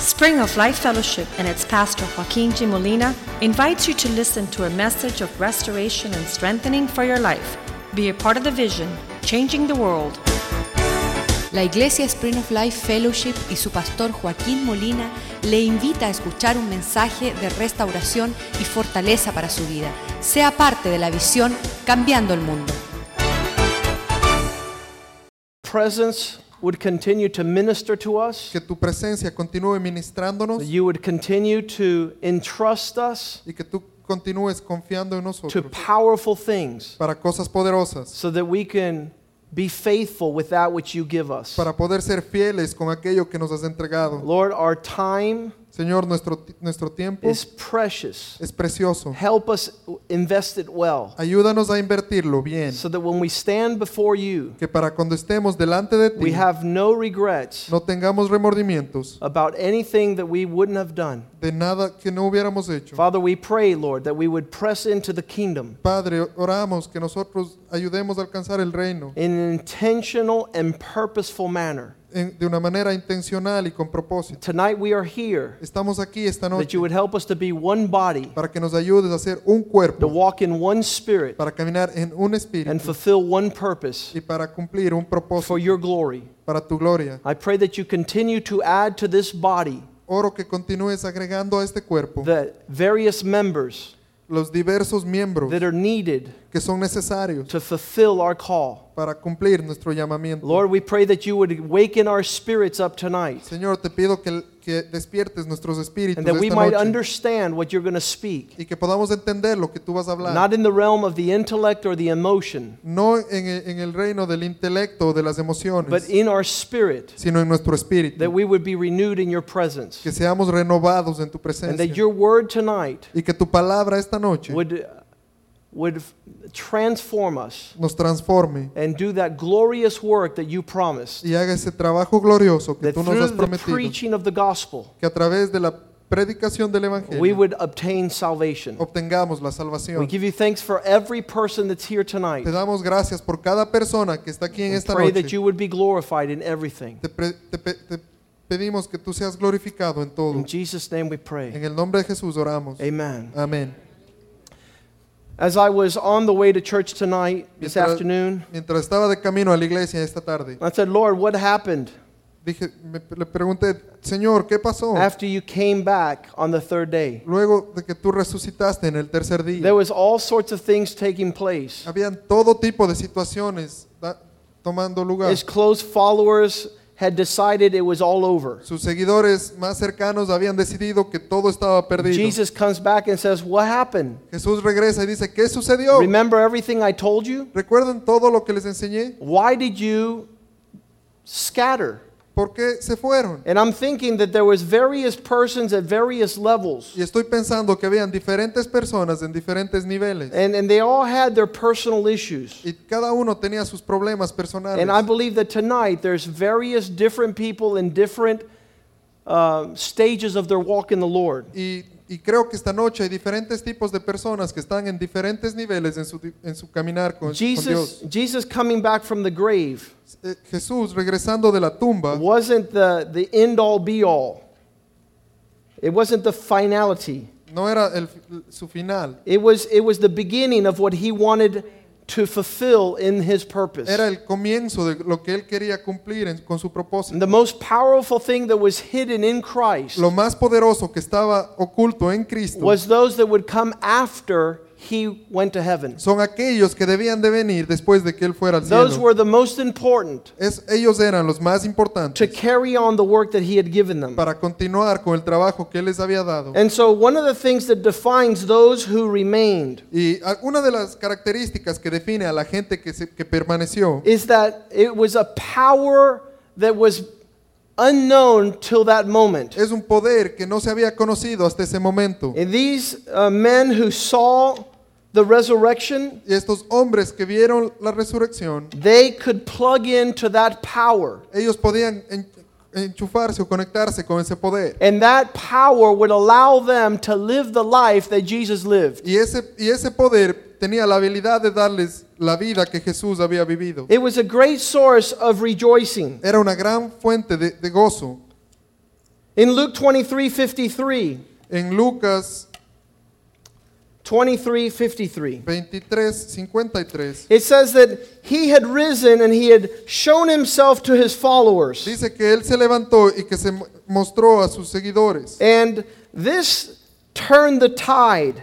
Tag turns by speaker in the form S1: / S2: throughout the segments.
S1: Spring of Life Fellowship and its pastor Joaquin G. Molina invites you to listen to a message of restoration and strengthening for your life. Be a part of the vision, changing the world.
S2: La Iglesia Spring of Life Fellowship y su pastor Joaquín Molina le invita a escuchar un mensaje de restauración y fortaleza para su vida. Sea parte de la visión Cambiando el Mundo.
S3: presence would continue to minister to us,
S4: que tu presencia continúe
S3: that
S4: ministrándonos
S3: you would continue to entrust us
S4: y que tú continúes confiando
S3: to
S4: en nosotros
S3: powerful things
S4: para cosas poderosas,
S3: so that we can be faithful with that which you give us.
S4: para poder ser fieles con aquello que nos has entregado.
S3: Lord, our time
S4: Señor, nuestro, ti- nuestro tiempo
S3: is precious.
S4: es precioso.
S3: Help us invest it well
S4: Ayúdanos a invertirlo bien,
S3: so that when we stand before you,
S4: que para cuando estemos delante de
S3: we
S4: ti
S3: have no regrets
S4: no tengamos remordimientos
S3: about anything that we wouldn't have done.
S4: de nada que no hubiéramos hecho.
S3: Father, we pray, Lord, that we would press into the kingdom
S4: Padre, oramos que nosotros ayudemos a alcanzar el reino
S3: in an intentional and purposeful manner.
S4: en- de una manera intencional y con propósito.
S3: Tonight we are here
S4: Estamos aquí esta
S3: that
S4: noche
S3: you would help us to be one body,
S4: para que nos ayudes a ser un
S3: to
S4: cuerpo
S3: walk in one spirit,
S4: para caminar en
S3: and
S4: un espíritu
S3: fulfill one purpose
S4: y para cumplir un propósito
S3: for your glory.
S4: para tu gloria.
S3: I pray that you continue to add to this body
S4: Oro que continúes agregando a este cuerpo
S3: the various members
S4: los diversos miembros
S3: that are needed
S4: que son necesarios
S3: to fulfill our call.
S4: para cumplir nuestro llamamiento.
S3: Lord, we pray that you would waken our spirits up tonight
S4: Señor, te pido que, que despiertes nuestros espíritus
S3: and that we
S4: esta
S3: might
S4: noche
S3: understand what you're going to speak,
S4: y que podamos entender lo que tú vas a hablar.
S3: not in the realm of the intellect or the emotion,
S4: No en, e- en el reino del intelecto o de las
S3: but
S4: emociones,
S3: in our spirit,
S4: sino en nuestro
S3: that
S4: espíritu.
S3: we would be renewed in your presence.
S4: Que seamos renovados en tu
S3: And that
S4: presencia
S3: your word tonight
S4: y que tu palabra esta noche
S3: would, would f- transform us
S4: nos transforme
S3: and do that glorious work that you promised.
S4: y haga ese trabajo glorioso que
S3: That
S4: tú nos
S3: through
S4: has
S3: the
S4: prometido,
S3: preaching of the gospel,
S4: que a través de la predicación del
S3: we
S4: Evangelio
S3: would obtain salvation.
S4: obtengamos la
S3: We
S4: salvación.
S3: give you thanks for every person that's here tonight.
S4: Te damos gracias por cada persona que está aquí en esta
S3: Pray that
S4: noche.
S3: you would be glorified in everything.
S4: Te, pre- te pe- te pedimos que tú seas glorificado en todo.
S3: In Jesus' name we pray.
S4: En el nombre de Jesús oramos.
S3: Amen.
S4: Amén.
S3: As I was on the way to church tonight, this
S4: Mientras-
S3: afternoon,
S4: Mientras estaba de camino a la iglesia esta tarde,
S3: I said, Lord, what happened
S4: dije, me- le pregunté, Señor, ¿qué pasó?
S3: after you came back on the third day?
S4: Luego de que tú resucitaste en el tercer
S3: There
S4: día,
S3: was all sorts of things taking place.
S4: habían todo tipo de situaciones da- tomando lugar.
S3: His close followers had decided it was all over.
S4: Sus seguidores más cercanos habían decidido que todo estaba perdido.
S3: Jesus comes back and says, What happened?
S4: Jesús regresa y dice, ¿qué sucedió?
S3: Remember everything I told you?
S4: ¿Recuerdan todo lo que les enseñé?
S3: Why did you scatter?
S4: ¿Por qué se fueron?
S3: And I'm thinking that there was various persons at various levels.
S4: Y estoy pensando que habían diferentes personas en diferentes niveles
S3: And, and they all had their personal issues.
S4: y cada uno tenía sus problemas personales.
S3: And I believe that tonight there's various different people in different uh, stages of their walk in the Lord.
S4: Y, y creo que esta noche hay diferentes tipos de personas que están en diferentes niveles en su, di- en su caminar con, con
S3: Jesus,
S4: Dios.
S3: Jesus coming back from the grave
S4: Eh, Jesús regresando de la tumba
S3: wasn't the, the end all be all. It wasn't the finality.
S4: no era el fi- su final.
S3: It was, it was the beginning of what he wanted to fulfill in his purpose.
S4: era el comienzo de lo que él quería cumplir en- con su propósito.
S3: And the most powerful thing that was hidden in Christ
S4: Lo más poderoso que estaba oculto en Cristo
S3: was those that would come after he went to heaven.
S4: son aquellos que debían de venir después de que él fuera al
S3: Those
S4: cielo.
S3: were the most important
S4: Es- ellos eran los más
S3: to
S4: importantes
S3: carry on the work that he had given them.
S4: para continuar con el trabajo que él les había dado.
S3: And so, one of the things that defines those who remained
S4: Y a- una de las características que define a la gente que, se- que permaneció
S3: is that it was a power that was unknown till that moment.
S4: es un poder que no se había conocido hasta ese momento.
S3: And these uh, men who saw the resurrection,
S4: Y estos hombres que vieron la resurrección,
S3: they could plug into that power.
S4: ellos podían en- enchufarse o conectarse con ese poder.
S3: And that power would allow them to live the life that Jesus lived.
S4: Y ese, y ese poder tenía la habilidad de darles la vida que Jesús había vivido.
S3: It was a great source of rejoicing.
S4: Era una gran fuente de, de gozo.
S3: In Luke 23 53,
S4: En Lucas
S3: 23 53,
S4: 23, 53,
S3: it says that he had risen and he had shown himself to his followers.
S4: dice que él se levantó y que se mo- mostró a sus seguidores.
S3: And this turned the tide.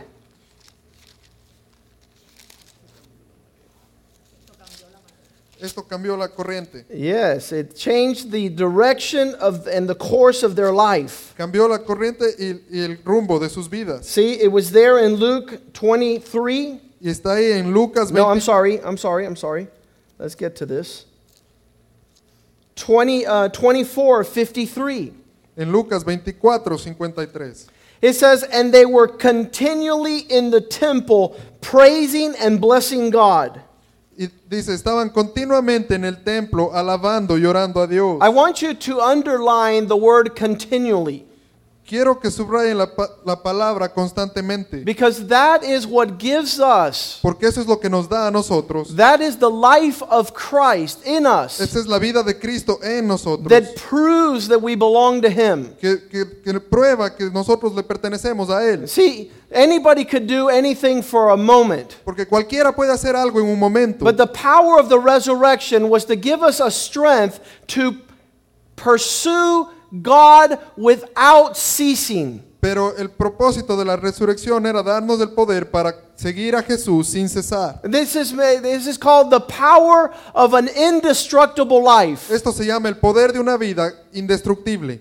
S4: Esto cambió la corriente.
S3: Yes, it changed the direction of and the course of their life.
S4: Cambió la corriente y, y el rumbo de sus vidas.
S3: See, it was there in Luke 23.
S4: Y está ahí en Lucas
S3: No, I'm
S4: 20,
S3: sorry. I'm sorry. I'm sorry. Let's get to this. 20, uh, 24, 53.
S4: en Lucas 24, 53.
S3: It says, And they were continually in the temple praising and blessing God.
S4: Y dice, estaban continuamente en el templo alabando y orando a Dios.
S3: I want you to underline the word continually
S4: Quiero que subrayen la, pa- la palabra constantemente,
S3: because that is what gives us,
S4: porque eso es lo que nos da a nosotros.
S3: that is the life of Christ in us
S4: Esa es la vida de Cristo en nosotros,
S3: that proves that we belong to Him.
S4: que, que- que prueba que nosotros le pertenecemos a Él.
S3: See, anybody could do anything for a moment.
S4: Porque cualquiera puede hacer algo en un momento,
S3: But the power of the resurrection was to give us a strength to pursue God without ceasing.
S4: pero el propósito de la resurrección era darnos el poder para seguir a Jesús sin cesar.
S3: This is, this is called the power of an indestructible life.
S4: Esto se llama el poder de una vida indestructible.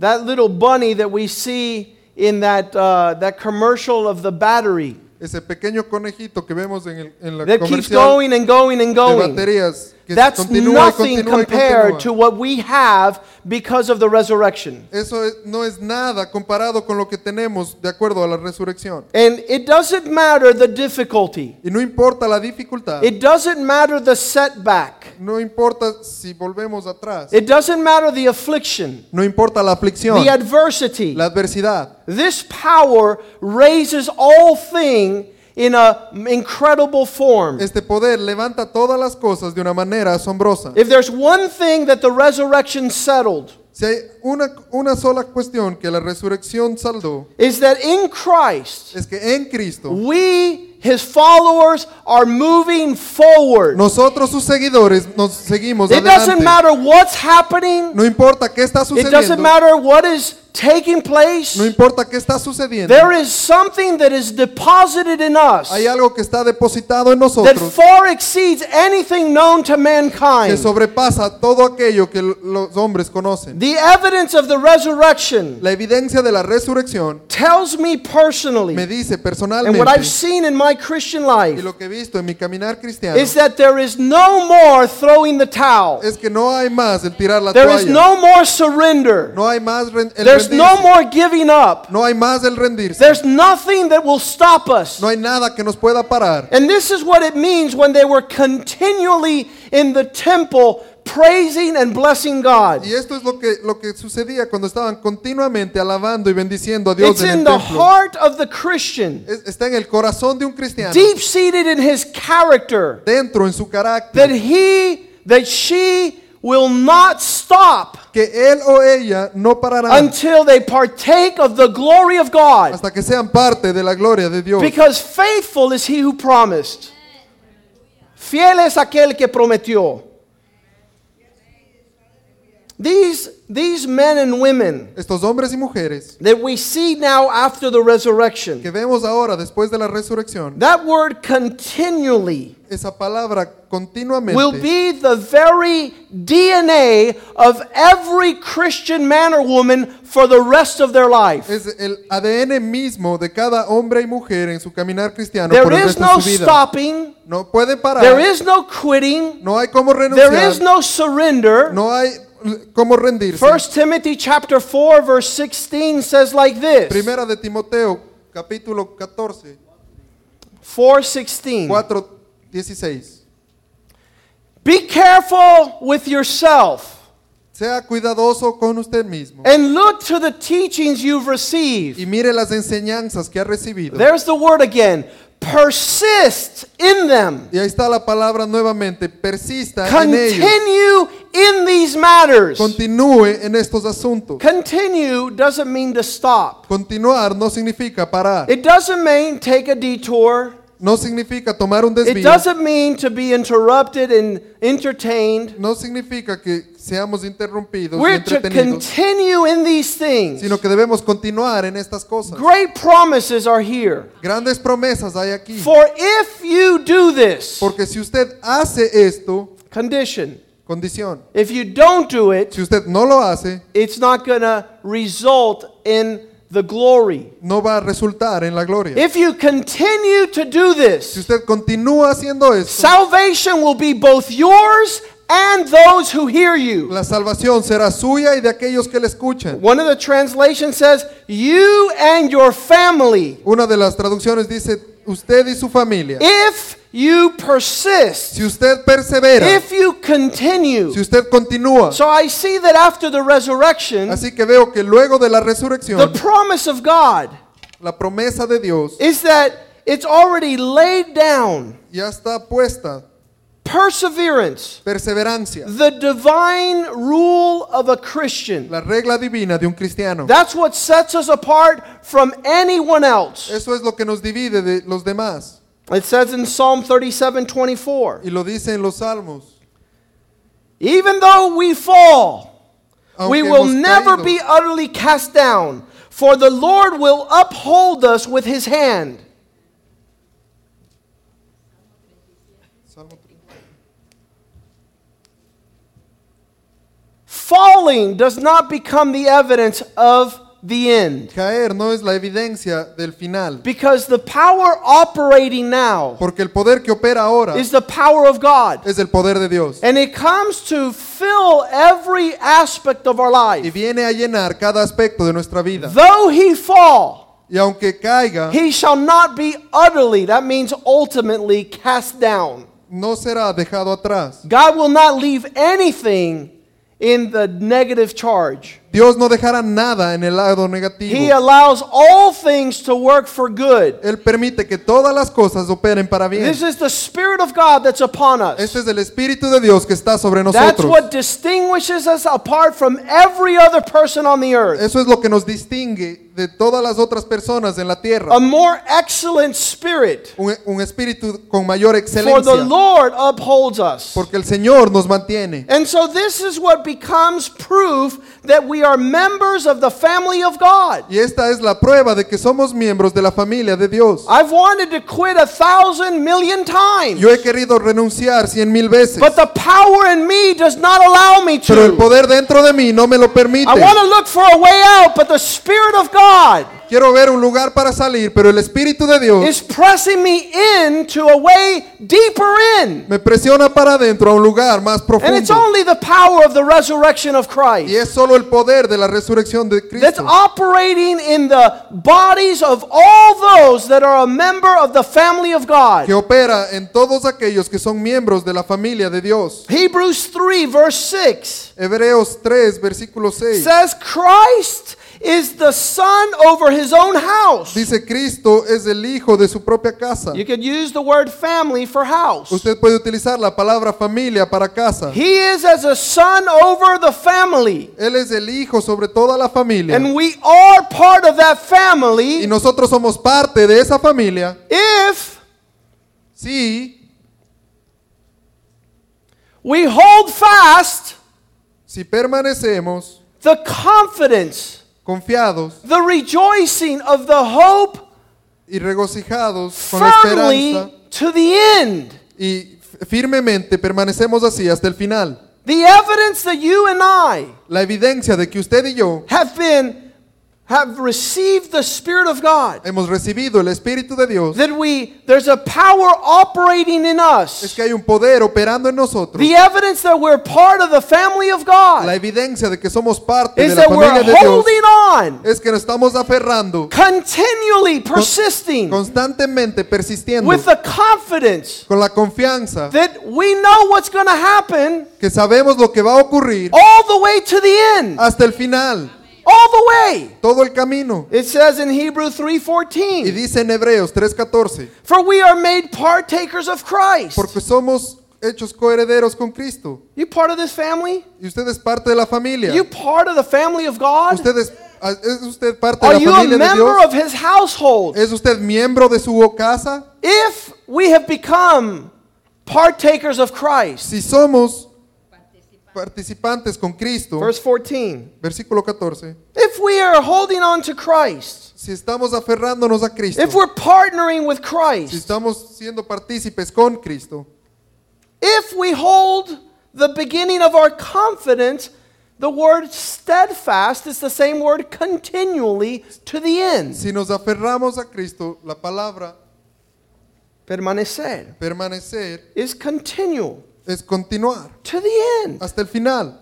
S3: That little bunny that we see in that, uh, that commercial of the battery
S4: Ese pequeño conejito que vemos en, el, en la
S3: that keeps
S4: comercial
S3: going and going and
S4: de
S3: going.
S4: baterías, que
S3: That's
S4: continúa y
S3: nothing
S4: continúa y
S3: compared
S4: continúa.
S3: to what we have because of the resurrection.
S4: Eso es- no es nada comparado con lo que tenemos de acuerdo a la resurrección.
S3: And it doesn't matter the difficulty.
S4: Y no importa la dificultad,
S3: It doesn't matter the setback.
S4: no importa si volvemos atrás,
S3: It doesn't matter the affliction,
S4: no importa la aflicción,
S3: the adversity.
S4: la adversidad.
S3: This power raises all thing in an incredible form.
S4: Este poder levanta todas las cosas de una manera asombrosa.
S3: If there's one thing that the resurrection settled,
S4: Si hay una, una sola cuestión que la resurrección saldó,
S3: is that in Christ,
S4: es que en Cristo,
S3: we, his followers, are moving forward.
S4: nosotros sus seguidores nos seguimos
S3: It doesn't
S4: adelante.
S3: matter what's happening,
S4: No importa qué está
S3: it doesn't
S4: sucediendo,
S3: matter what is taking place.
S4: no importa qué está sucediendo,
S3: There is something that is deposited in us
S4: hay algo que está depositado en
S3: that
S4: nosotros
S3: far exceeds anything known to mankind.
S4: que sobrepasa todo aquello que l- los hombres conocen.
S3: The evidence of the resurrection
S4: La evidencia de la resurrección
S3: tells me
S4: me
S3: personally,
S4: dice
S3: and what I've
S4: personalmente
S3: seen in my Christian
S4: y
S3: life,
S4: lo que he visto en mi caminar cristiano
S3: is that there is no more throwing the towel.
S4: es que no hay más el tirar la
S3: There is
S4: toalla,
S3: no more surrender.
S4: no hay más ren- el
S3: There's no
S4: rendirse,
S3: more giving up.
S4: no hay más el rendirse,
S3: There's nothing that will stop us.
S4: no hay nada que nos pueda parar.
S3: And this is what it means when they were continually in the temple praising and blessing God.
S4: Y esto es lo que, lo que sucedía cuando estaban continuamente alabando y bendiciendo a Dios
S3: It's
S4: en el
S3: in the
S4: templo.
S3: heart of the Christian,
S4: Es- está en el corazón de un cristiano,
S3: deep seated in his character,
S4: dentro en su carácter,
S3: that he, that she will not stop
S4: que él o ella no pararán
S3: until they partake of the glory of God.
S4: hasta que sean parte de la gloria de Dios.
S3: Because faithful is he who promised. Fiel es aquel que prometió. These, these men and women
S4: Estos hombres y mujeres
S3: that we see now after the resurrection,
S4: que vemos ahora después de la resurrección,
S3: that word continually
S4: esa palabra
S3: will
S4: continuamente
S3: be the very DNA of every Christian man or woman for the rest of their life.
S4: es el ADN mismo de cada hombre y mujer en su caminar cristiano
S3: There
S4: por el
S3: is
S4: resto
S3: no
S4: de su vida.
S3: stopping,
S4: No puede parar.
S3: there is no quitting,
S4: no hay cómo renunciar.
S3: there is no surrender.
S4: no hay l- cómo rendirse.
S3: 1 Timothy chapter 4 verse 16 says like this.
S4: Primera de Timoteo, capítulo 14,
S3: 4:16.
S4: 4, 16.
S3: Be careful with yourself
S4: Sea cuidadoso con usted mismo
S3: and look to the teachings you've
S4: y
S3: received.
S4: mire las enseñanzas que ha recibido.
S3: There's the word again. Persist in them.
S4: Y ahí está la palabra nuevamente, persista en ellos.
S3: Continue in these these matters.
S4: Continúe en estos asuntos.
S3: Continue doesn't mean to stop.
S4: Continuar no significa parar.
S3: It doesn't mean take a detour.
S4: No significa tomar un
S3: It
S4: desvío.
S3: doesn't mean to be interrupted and entertained.
S4: No significa que seamos interrumpidos y
S3: We're to
S4: entretenidos,
S3: continue in these things.
S4: sino que debemos continuar en estas cosas.
S3: Great promises are here.
S4: Grandes promesas hay aquí.
S3: For if you do this,
S4: Porque si usted hace esto,
S3: condition,
S4: condición,
S3: if you don't do it,
S4: si usted no lo hace,
S3: it's not going to result in the glory.
S4: no va a resultar en la gloria.
S3: If you continue to do
S4: Si
S3: this,
S4: usted continúa haciendo esto,
S3: salvation will be both yours and those who hear you.
S4: la salvación será suya y de aquellos que le escuchan.
S3: One of the translations says, You and your family,
S4: Una de las traducciones dice, usted y su familia.
S3: if you persist,
S4: Si usted persevera,
S3: if you continue.
S4: si usted continúa,
S3: So I see that after the resurrection,
S4: así que veo que luego de la
S3: the
S4: resurrección,
S3: promise of God
S4: la promesa de Dios
S3: is that it's already laid down
S4: ya está puesta.
S3: perseverance,
S4: Perseverancia,
S3: the divine rule of a Christian.
S4: la regla divina de un cristiano.
S3: That's what sets us apart from anyone else.
S4: Eso es lo que nos divide de los demás.
S3: It says in Psalm 37 24,
S4: Y lo dice en los salmos.
S3: even though we fall, we
S4: Aunque
S3: will
S4: hemos
S3: never
S4: caído,
S3: be utterly cast down, for the Lord will uphold us with his hand.
S4: Salmo 30.
S3: Falling does not become the evidence of the end.
S4: Caer no es la evidencia del final,
S3: Because the power operating now
S4: porque el poder que opera ahora
S3: is the power of God.
S4: es el poder de Dios.
S3: And it comes to fill every aspect of our
S4: Y
S3: life.
S4: viene a llenar cada aspecto de nuestra vida.
S3: Though he fall,
S4: Y aunque caiga,
S3: he shall not be utterly, that means ultimately, cast down.
S4: no será dejado atrás.
S3: God will not leave anything in the negative charge.
S4: Dios no dejará nada en el lado negativo.
S3: He allows all things to work for good.
S4: Él permite que todas las cosas operen para bien.
S3: This is the Spirit of God that's upon us.
S4: Este es el Espíritu de Dios que está sobre
S3: That's
S4: nosotros.
S3: what distinguishes us apart from every other person on the earth.
S4: Eso es lo que nos distingue de todas las otras personas en la tierra.
S3: a more excellent spirit.
S4: Un, un espíritu con mayor
S3: For the
S4: excelencia.
S3: Lord upholds us.
S4: Porque el Señor nos mantiene.
S3: And so this is what becomes proof that we are members of the family of God.
S4: Y esta es la prueba de que somos miembros de la familia de Dios.
S3: I've wanted to quit a thousand million times,
S4: Yo he querido renunciar cien mil veces.
S3: but the power in me does not allow me
S4: Pero el
S3: to.
S4: poder dentro de mí no me lo permite.
S3: I want to look for a way out, but the Spirit of God
S4: Quiero ver un lugar para salir, pero el Espíritu de Dios
S3: is pressing me into a way deeper in.
S4: me presiona para adentro a un lugar más
S3: And it's
S4: profundo.
S3: only the power of the resurrection of Christ.
S4: Y es solo el poder de la resurrección de
S3: that's
S4: Cristo.
S3: operating in the bodies of all those that are a member of the family of God.
S4: que opera en todos aquellos que son miembros de la familia de Dios.
S3: Hebrews 3, verse 6
S4: Hebreos 3, versículo 6.
S3: says, Christ is the son over his own house.
S4: Dice, Cristo es el hijo de su propia casa.
S3: You could use the word family for house.
S4: Usted puede utilizar la palabra familia para casa.
S3: He is as a son over the family.
S4: Él es el hijo sobre toda la familia.
S3: And we are part of that
S4: Y
S3: family
S4: nosotros somos parte de esa familia
S3: if
S4: si,
S3: we hold fast
S4: si permanecemos
S3: the confidence,
S4: confiados
S3: the rejoicing of the hope
S4: y regocijados con la esperanza
S3: firmly to the end.
S4: y f- firmemente permanecemos así hasta el final.
S3: The evidence that you and I
S4: La evidencia de que usted y yo
S3: have been have received the Spirit of God.
S4: hemos recibido el Espíritu de Dios
S3: That we there's a power operating in
S4: es
S3: us.
S4: que hay un poder operando en nosotros.
S3: The evidence that we're part of the family of
S4: La
S3: God
S4: evidencia de que somos parte
S3: is
S4: de la
S3: that we're
S4: familia de Dios
S3: holding on,
S4: es que nos estamos aferrando
S3: continually persisting
S4: constantemente, persistiendo
S3: with the confidence
S4: con la confianza
S3: that we know what's going to happen
S4: que sabemos lo que va a ocurrir
S3: all the way to the end.
S4: hasta el final,
S3: All the way.
S4: todo el camino.
S3: It says in Hebrew
S4: Y
S3: 3:14.
S4: dice en Hebreos 3:14,
S3: For we are made partakers of Christ
S4: porque somos hechos coherederos con Cristo.
S3: You part of this family?
S4: Y usted es parte de la familia.
S3: You part of the family of God?
S4: Usted es, es usted parte de
S3: Are
S4: la
S3: you a
S4: familia de
S3: member
S4: Dios. Eh.
S3: of his household?
S4: ¿Es usted miembro de su casa?
S3: If we have become partakers of Christ,
S4: Si somos participantes con Cristo,
S3: verse 14,
S4: versículo 14,
S3: if we are holding on to Christ,
S4: si estamos aferrándonos a Cristo,
S3: if we're partnering with
S4: si
S3: Christ,
S4: estamos siendo partícipes con Cristo,
S3: if we hold the beginning of our confidence, the word steadfast is the same word continually to the end.
S4: si nos aferramos a Cristo, la palabra
S3: Permanecer
S4: permanecer
S3: is continual
S4: es continuar
S3: to the end.
S4: hasta el final.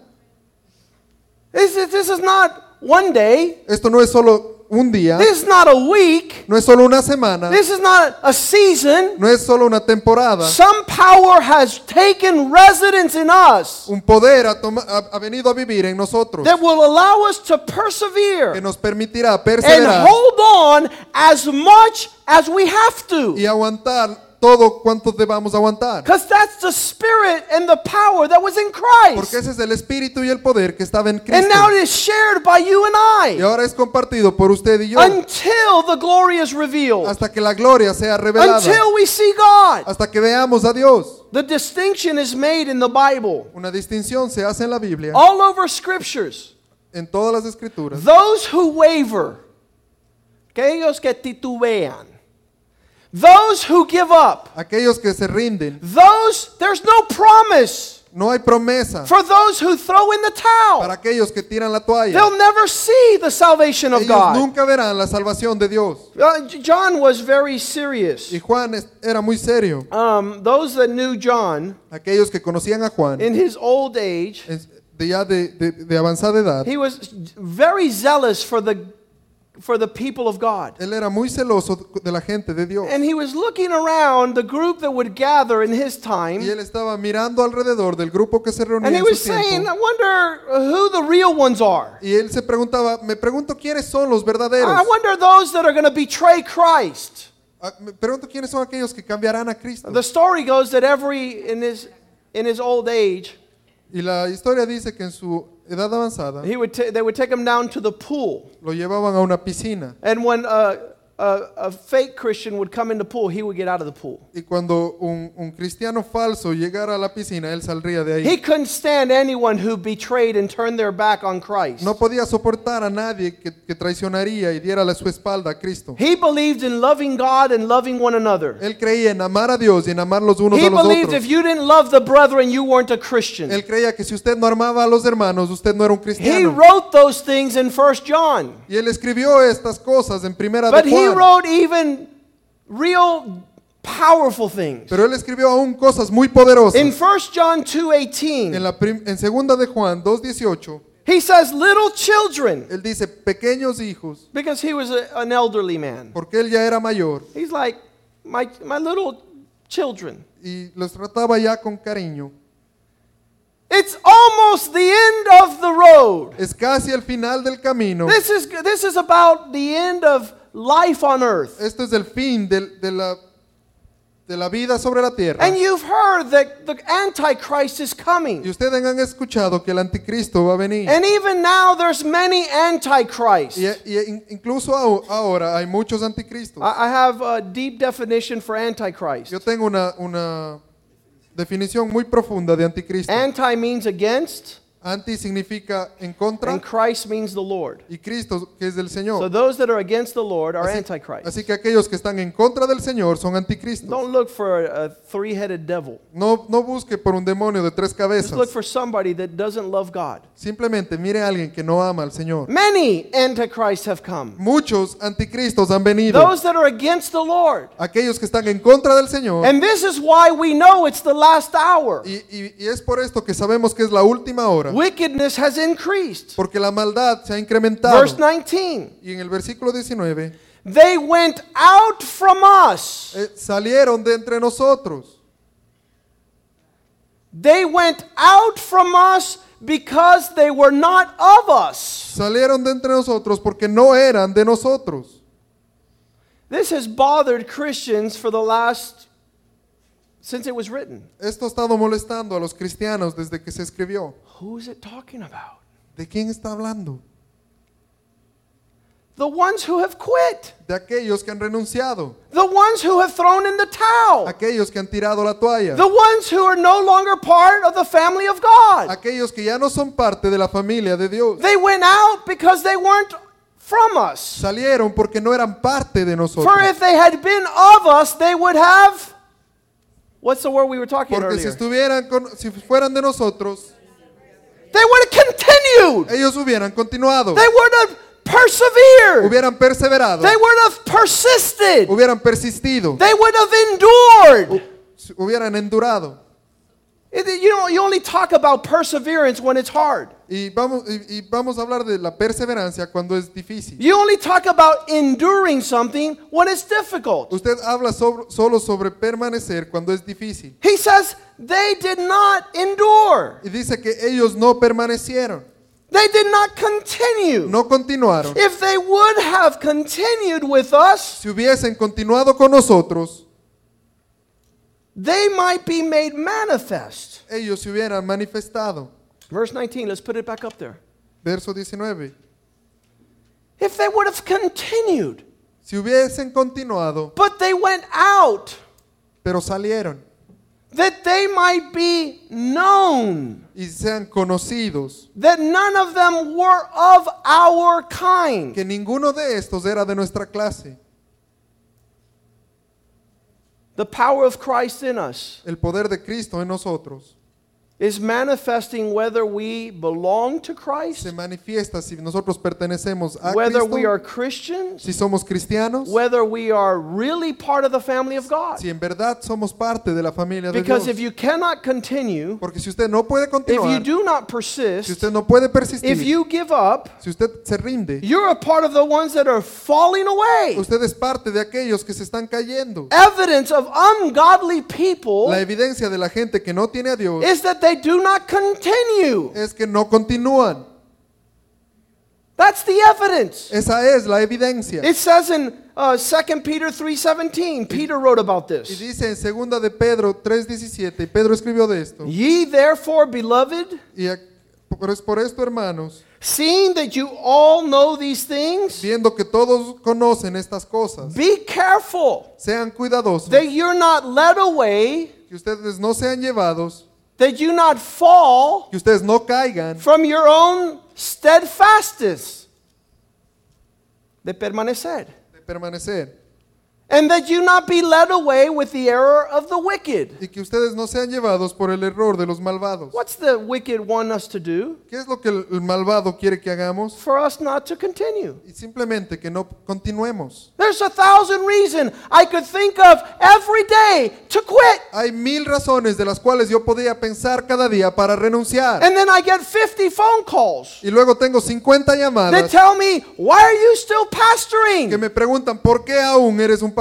S3: This is, this is not one day.
S4: Esto no es solo un día,
S3: This is not a week.
S4: no es solo una semana,
S3: This is not a season.
S4: no es solo una temporada.
S3: Some power has taken residence in us
S4: Un poder ha, toma- ha- ha venido a vivir en nosotros
S3: that will allow us to
S4: que
S3: persevere
S4: nos permitirá
S3: and
S4: perseverar
S3: hold on as much as we have
S4: y
S3: to.
S4: aguantar todo cuanto debamos aguantar.
S3: Because that's the spirit and the power that was in
S4: Porque
S3: Christ.
S4: ese es el espíritu y el poder que estaba en
S3: And
S4: Cristo.
S3: now it is shared by you and
S4: Y
S3: I
S4: ahora es compartido por usted y yo
S3: until the glory is revealed,
S4: hasta que la gloria sea revelada,
S3: until we see God.
S4: hasta que veamos a Dios.
S3: The distinction is made in the Bible.
S4: Una distinción se hace en la Biblia,
S3: all over scriptures
S4: en todas las escrituras.
S3: those who waver aquellos que titubean those who give up
S4: Aquellos que se rinden,
S3: those there's no promise
S4: no hay promesa
S3: for those who throw in the
S4: para
S3: towel
S4: aquellos que tiran la toalla.
S3: they'll never see the salvation of
S4: Ellos
S3: oh god
S4: nunca verán la salvación de Dios.
S3: Uh, J- john was very serious
S4: Y Juan es- era muy serio.
S3: um, those that knew john
S4: Aquellos que conocían a Juan,
S3: in his old age
S4: es- de ya de, de- de avanzada edad,
S3: he was very zealous for the for the people of god
S4: él era muy celoso de la gente de Dios.
S3: and he was looking around the group that would gather in his time
S4: Y él estaba mirando alrededor del grupo que se reunía
S3: And he
S4: en su
S3: was saying,
S4: tiempo.
S3: I wonder who the real ones are.
S4: Y él se preguntaba, me pregunto quiénes son los verdaderos.
S3: I wonder those that are going to betray Christ.
S4: Ah, Me pregunto quiénes son aquellos que cambiarán a Cristo.
S3: The story goes that every in his in his old age,
S4: Y la historia dice que en su edad avanzada
S3: he would ta- they would take him down to the pool,
S4: lo llevaban a una piscina.
S3: and when a, a, a fake Christian would come in the pool, he would get out of the pool.
S4: Y cuando un, un cristiano falso llegara a la piscina, él saldría de
S3: He
S4: ahí.
S3: couldn't stand anyone who betrayed and turned their back on Christ.
S4: No podía soportar a nadie que, que traicionaría y diera la- su espalda a Cristo.
S3: He believed in loving God and loving one another.
S4: Él creía en amar a Dios y en amar los unos
S3: He
S4: a los
S3: believed if
S4: otros.
S3: you didn't love the brethren, you weren't a Christian.
S4: Él creía que si usted no armaba a los hermanos, usted no era un
S3: He
S4: cristiano.
S3: wrote those things in 1 John.
S4: Y él escribió estas cosas en primera
S3: But
S4: de
S3: he
S4: Juan.
S3: wrote even real powerful things.
S4: pero él escribió aún cosas muy poderosas.
S3: In 1 John 2:18,
S4: en, la prim- en segunda de Juan 2.18,
S3: he says little children
S4: él dice, pequeños hijos,
S3: because he was a, an elderly man.
S4: porque él ya era mayor
S3: He's like my my little children.
S4: y los trataba ya con cariño.
S3: It's almost the end of the road.
S4: Es casi el final del camino.
S3: This is this is about the end of life on earth.
S4: Esto es el fin del- de, la, de la vida sobre la tierra.
S3: And you've heard that the antichrist is
S4: Y
S3: coming.
S4: ustedes han escuchado que el anticristo va a venir.
S3: And even now there's many
S4: Y,
S3: antichrists.
S4: y in- incluso aho- ahora hay muchos anticristos.
S3: I I have a deep definition for Antichrist.
S4: Yo tengo una, una definición muy profunda de anticristo.
S3: Anti means against,
S4: Anti significa en contra
S3: and Christ means the Lord.
S4: y Cristo que es del
S3: So
S4: Señor.
S3: those that are against the Lord are Antichrist.
S4: Así que aquellos que están en contra del Señor son anticristos.
S3: Don't look for a, a three headed devil.
S4: No, no busque por un demonio de tres
S3: Just look
S4: cabezas.
S3: for somebody that doesn't love God.
S4: Simplemente mire a alguien que no ama al Señor.
S3: Many antichrists have come.
S4: Muchos anticristos han venido.
S3: Those that are against the Lord.
S4: Aquellos que están en contra del Señor.
S3: And this is why we know it's the last hour.
S4: Y, y- y es por esto que sabemos que es la última hora.
S3: Wickedness has increased.
S4: Porque la maldad se ha incrementado.
S3: Verse 19.
S4: Y en el versículo 19,
S3: They went out from us.
S4: eh, salieron de entre nosotros.
S3: They went out from us because they were not of us.
S4: Salieron de entre nosotros porque no eran de nosotros.
S3: This has bothered Christians for the last since it was written.
S4: Esto ha estado molestando a los cristianos desde que se escribió.
S3: Who's it talking about?
S4: ¿De quién está hablando?
S3: The ones who have quit,
S4: De aquellos que han renunciado,
S3: the ones who have thrown in the towel,
S4: aquellos que han tirado la toalla,
S3: the ones who are no longer part of the family of God.
S4: aquellos que ya no son parte de la familia de Dios.
S3: They went out because they weren't from us.
S4: Salieron porque no eran parte de nosotros.
S3: For if they had been of us, they would have. What's the word we were talking
S4: Porque si
S3: earlier?
S4: estuvieran con- si fueran de nosotros,
S3: They would have continued.
S4: ellos hubieran continuado,
S3: They would have persevered.
S4: hubieran perseverado,
S3: They would have persisted.
S4: hubieran persistido,
S3: They would have endured.
S4: hubieran endurado.
S3: It- you know, you only talk about perseverance when it's hard.
S4: Y vamos, y, y vamos a hablar de la perseverancia cuando es difícil.
S3: You only talk about enduring something when it's difficult.
S4: Usted habla sobre- solo sobre permanecer cuando es difícil.
S3: He says they did not endure.
S4: Y dice que ellos no permanecieron,
S3: They did not continue.
S4: no continuaron.
S3: If they would have continued with us,
S4: Si hubiesen continuado con nosotros,
S3: they might be made manifest.
S4: ellos se hubieran manifestado.
S3: Verse 19, let's put it back up there.
S4: Verso 19.
S3: If they would have continued,
S4: Si hubiesen continuado,
S3: but they went out
S4: pero salieron
S3: that they might be known
S4: y sean conocidos,
S3: that none of them were of our kind.
S4: que ninguno de estos era de nuestra clase.
S3: The power of Christ in us
S4: El poder de Cristo en nosotros
S3: is manifesting whether we belong to
S4: se
S3: Christ,
S4: manifiesta si nosotros pertenecemos a
S3: whether we are
S4: Cristo,
S3: Christians,
S4: si somos cristianos,
S3: whether we are really part of the family of God.
S4: si en verdad somos parte de la familia de
S3: Because if
S4: Dios.
S3: you cannot continue,
S4: Porque si usted no puede
S3: if you
S4: continuar,
S3: do not
S4: si
S3: persist,
S4: usted no puede
S3: if
S4: persistir,
S3: you give up,
S4: si usted se rinde,
S3: you're a part of the ones that are falling away.
S4: usted es parte de aquellos que se están cayendo.
S3: Evidence of ungodly people
S4: La evidencia de la gente que no tiene a Dios
S3: is that they do not continue.
S4: es que no continúan.
S3: That's the evidence.
S4: Esa es la evidencia.
S3: It says in uh, 2 Peter 3:17, Peter wrote about
S4: Y
S3: this.
S4: dice en segunda de Pedro 3:17, y Pedro escribió de esto,
S3: Ye therefore, beloved,
S4: y ac- por, es por esto, hermanos,
S3: seeing that you all know these things,
S4: viendo que todos conocen estas cosas,
S3: be careful
S4: sean cuidadosos,
S3: that you're not led away,
S4: que ustedes no sean llevados,
S3: that you not fall
S4: que ustedes no caigan
S3: from your own steadfastness de permanecer,
S4: de permanecer,
S3: and that you not be led away with the error of the wicked.
S4: y que ustedes no sean llevados por el error de los malvados.
S3: What's the wicked want us to do?
S4: ¿Qué es lo que el el malvado quiere que hagamos?
S3: For us not to continue.
S4: Y simplemente que no continuemos.
S3: There's a thousand reasons I could think of every day to quit.
S4: Hay mil razones de las cuales yo podía pensar cada día para renunciar.
S3: And then I get 50 phone calls.
S4: Y luego tengo 50
S3: They
S4: llamadas
S3: tell me, why are you still
S4: que
S3: pastoring?
S4: me preguntan, ¿por qué aún eres un pastor?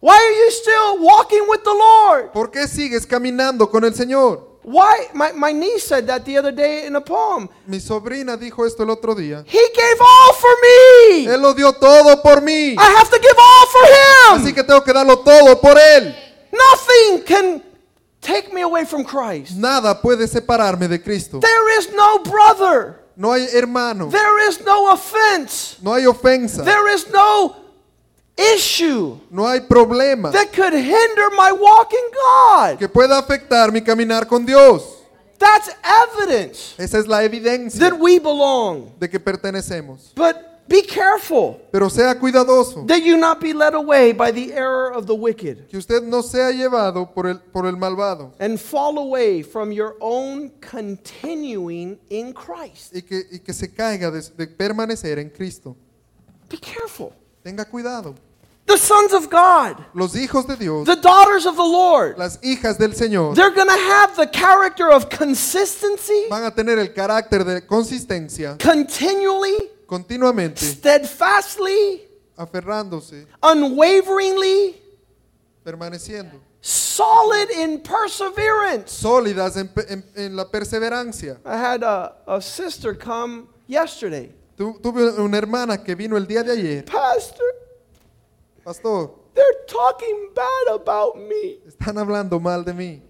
S3: Why are you still walking with the Lord?
S4: ¿Por qué sigues caminando con el Señor?
S3: Why? My, my niece said that the other day in a poem.
S4: Mi sobrina dijo esto el otro día.
S3: He gave all for me.
S4: Él lo dio todo por mí.
S3: I have to give all for
S4: Así
S3: him.
S4: que tengo que darlo todo por Él.
S3: Nothing can take me away from Christ.
S4: Nada puede separarme de Cristo.
S3: There is no brother.
S4: No hay hermano.
S3: There is no offense.
S4: No hay ofensa.
S3: There is no issue.
S4: No hay problema
S3: that could hinder my walking God.
S4: que pueda afectar mi caminar con Dios.
S3: That's evidence
S4: Esa es la evidencia
S3: that we belong.
S4: de que pertenecemos.
S3: But be careful
S4: Pero sea cuidadoso.
S3: that you not be led away by the error of the wicked
S4: Que usted no sea llevado por el, por el malvado.
S3: and fall away from your own continuing in Christ.
S4: y que, y que se caiga de, de permanecer en Cristo.
S3: Be careful.
S4: Tenga cuidado.
S3: The sons of God,
S4: Los hijos de Dios,
S3: the daughters of the Lord,
S4: las hijas del Señor,
S3: they're going to have the character of consistency,
S4: van a tener el carácter de consistencia
S3: continually,
S4: continuamente,
S3: steadfastly,
S4: aferrándose,
S3: unwaveringly,
S4: permaneciendo,
S3: solid in perseverance.
S4: sólidas en, pe- en- en la perseverancia.
S3: I had a, a sister come yesterday.
S4: Tu- tuve una hermana que vino el día de ayer,
S3: Pastor,
S4: pastor,
S3: They're talking bad about me.
S4: Están hablando mal de mí.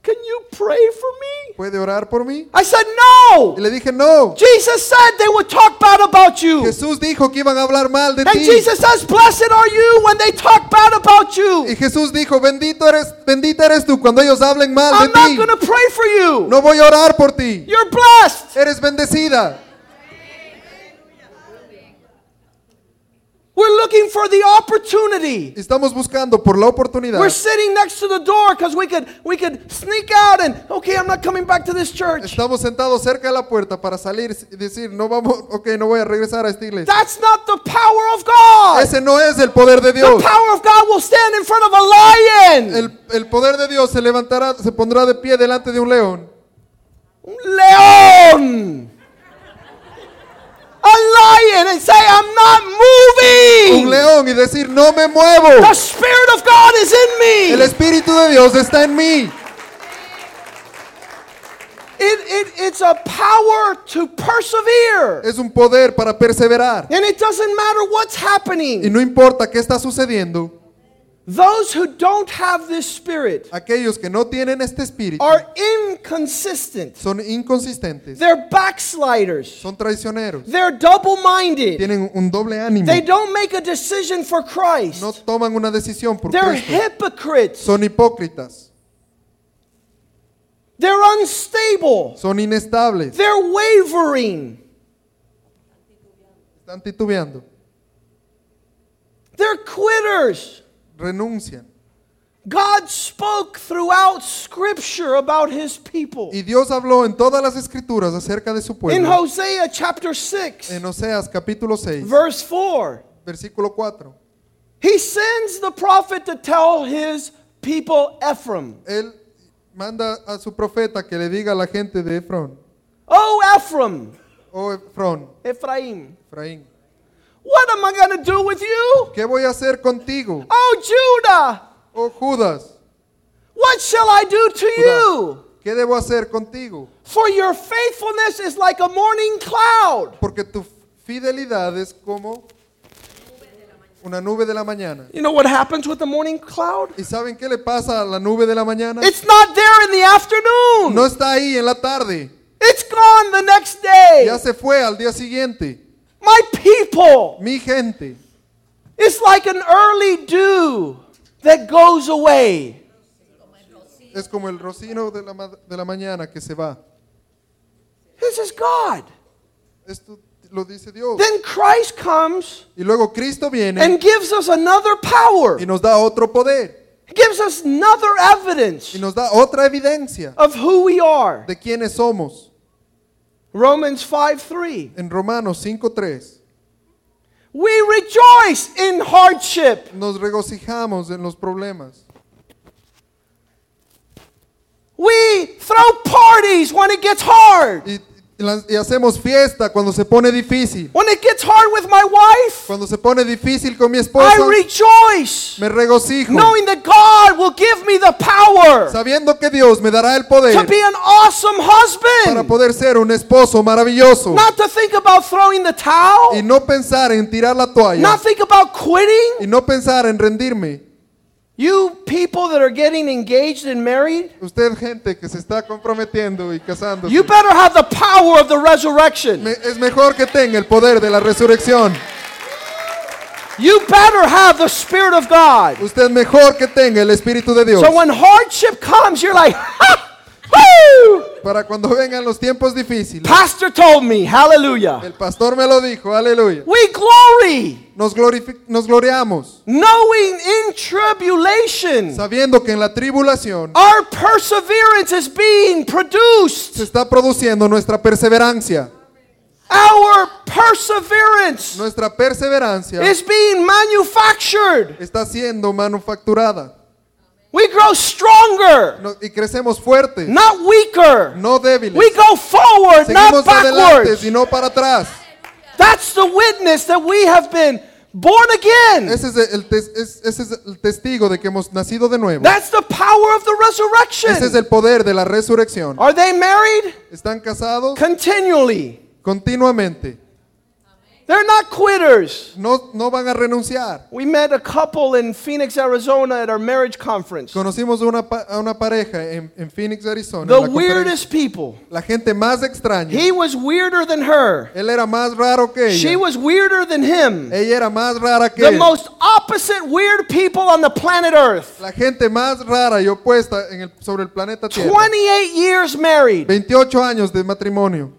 S3: Can you pray for me?
S4: ¿Puede orar por mí?
S3: I said,
S4: Y
S3: No!
S4: le dije, no.
S3: Jesus said they would talk bad about you.
S4: Jesús dijo que iban a hablar mal de
S3: And
S4: ti.
S3: Jesus says, Blessed are you when they talk bad about
S4: Y
S3: you.
S4: Jesús dijo, bendito eres, bendita eres tú cuando ellos hablen mal de
S3: I'm not
S4: ti.
S3: going to pray for you.
S4: No voy a orar por ti.
S3: You're blessed.
S4: Eres bendecida.
S3: We're looking for the opportunity.
S4: Estamos buscando por la oportunidad.
S3: We're sitting next to the door because we could we could sneak out and okay, I'm not coming back to this church.
S4: Estamos sentados cerca de la puerta para salir y decir, no vamos, ok, no voy a regresar a esta iglesia.
S3: That's not the power of God.
S4: Ese no es el poder de
S3: The
S4: Dios.
S3: power of God will stand in front of a lion.
S4: El, el poder de Dios se levantará, se pondrá de pie delante de un león.
S3: Leon. A lion and say, I'm not
S4: Un
S3: moving.
S4: león y decir, no me muevo.
S3: The Spirit of God is in
S4: El
S3: me.
S4: Espíritu de Dios está en mí.
S3: It, it, it's a power to persevere.
S4: Es un poder para perseverar.
S3: And it doesn't matter what's
S4: Y
S3: happening.
S4: no importa qué está sucediendo,
S3: Those who don't have this spirit
S4: aquellos que no tienen este espíritu
S3: are inconsistent.
S4: son inconsistentes,
S3: They're backsliders.
S4: son traicioneros,
S3: They're double minded.
S4: tienen un doble ánimo,
S3: They don't make a decision for Christ.
S4: no toman una decisión por
S3: They're
S4: Cristo,
S3: hypocrites.
S4: son hipócritas,
S3: They're unstable.
S4: son inestables,
S3: They're wavering.
S4: están titubeando,
S3: They're quitters.
S4: renuncian.
S3: God spoke throughout Scripture about His people.
S4: Y Dios habló en todas las escrituras acerca de su
S3: In
S4: pueblo.
S3: Hosea chapter 6,
S4: En Oseas capítulo 6,
S3: verse 4,
S4: versículo 4.
S3: He sends the prophet to tell His people Ephraim,
S4: Él manda a su profeta que le diga a la gente de Efrón,
S3: Oh, Ephraim,
S4: oh Efrón,
S3: Ephraim,
S4: Efraín,
S3: what am I going to do with you?
S4: ¿qué voy a hacer contigo?
S3: Oh, Judah,
S4: Oh Judas,
S3: what shall I do to you?
S4: ¿qué debo hacer contigo?
S3: For your faithfulness is like a morning cloud.
S4: Porque tu fidelidad es como una nube de la mañana.
S3: You know what happens with the morning cloud?
S4: ¿Y saben qué le pasa a la nube de la mañana?
S3: It's not there in the afternoon.
S4: No está ahí en la tarde.
S3: It's gone the next day.
S4: Ya se fue al día siguiente.
S3: My people
S4: Mi gente
S3: It's like an early dew that goes away.
S4: es como el rocino de la, ma- de la mañana que se va.
S3: This is God.
S4: Esto lo dice Dios.
S3: Then Christ comes
S4: Y luego Cristo viene
S3: and gives us another power,
S4: y nos da otro poder.
S3: gives us another evidence
S4: Y nos da otra evidencia
S3: of who we are.
S4: de quiénes somos.
S3: Romans 5 3.
S4: En Romanos 5.3
S3: We rejoice in hardship.
S4: nos regocijamos en los problemas.
S3: We throw parties when it gets hard.
S4: y, y las- y hacemos fiesta cuando se pone difícil.
S3: When it gets hard with my wife,
S4: Cuando se pone difícil con mi esposa,
S3: I rejoice.
S4: me regocijo,
S3: knowing that God will give me the power
S4: sabiendo que Dios me dará el
S3: to
S4: poder
S3: be an awesome
S4: para
S3: husband,
S4: poder ser un esposo maravilloso
S3: not to think about throwing the
S4: y
S3: towel,
S4: no pensar en tirar la toalla
S3: not think about
S4: y
S3: quitting.
S4: no pensar en rendirme.
S3: You people that are getting engaged and married,
S4: Usted, gente que se está comprometiendo y casándose,
S3: you better have the power of the resurrection.
S4: me- es mejor que tenga el poder de la resurrección.
S3: You better have the Spirit of God.
S4: Usted mejor que tenga el Espíritu de Dios.
S3: So when hardship comes, you're like, ha! Woo!
S4: Para cuando vengan los tiempos difíciles,
S3: Pastor told me, hallelujah.
S4: el pastor me lo dijo, aleluya.
S3: We glory
S4: Nos, glorifi- nos gloriamos.
S3: knowing in tribulation.
S4: sabiendo que en la tribulación
S3: Our perseverance is being
S4: se
S3: produced.
S4: está produciendo nuestra perseverancia.
S3: Our perseverance
S4: Nuestra perseverancia
S3: is being manufactured.
S4: está siendo manufacturada
S3: We grow stronger,
S4: No- y crecemos fuertes,
S3: not weaker.
S4: no débiles.
S3: We go forward, not
S4: Seguimos adelante y
S3: backwards.
S4: no para atrás.
S3: That's the witness that we have been born again.
S4: Ese es el, tes- es- ese es el testigo de que hemos nacido de nuevo.
S3: That's the power of the
S4: Ese es
S3: resurrection.
S4: el poder de la resurrección.
S3: Are they married?
S4: Están casados
S3: Continually.
S4: continuamente.
S3: They're not quitters.
S4: No, no van a renunciar.
S3: We met a couple in Phoenix, Arizona at our marriage conference.
S4: Conocimos a una, pa- a una pareja en, en Phoenix, Arizona. en
S3: The
S4: la conferencia.
S3: weirdest people.
S4: La gente más extraña.
S3: He was weirder than her.
S4: él era más raro que
S3: She
S4: ella.
S3: was weirder than him.
S4: ella era más rara que
S3: The
S4: él.
S3: most opposite weird people on the planet Earth.
S4: La gente más rara y opuesta en el- sobre el planeta Tierra.
S3: 28 years married.
S4: 28 años de matrimonio.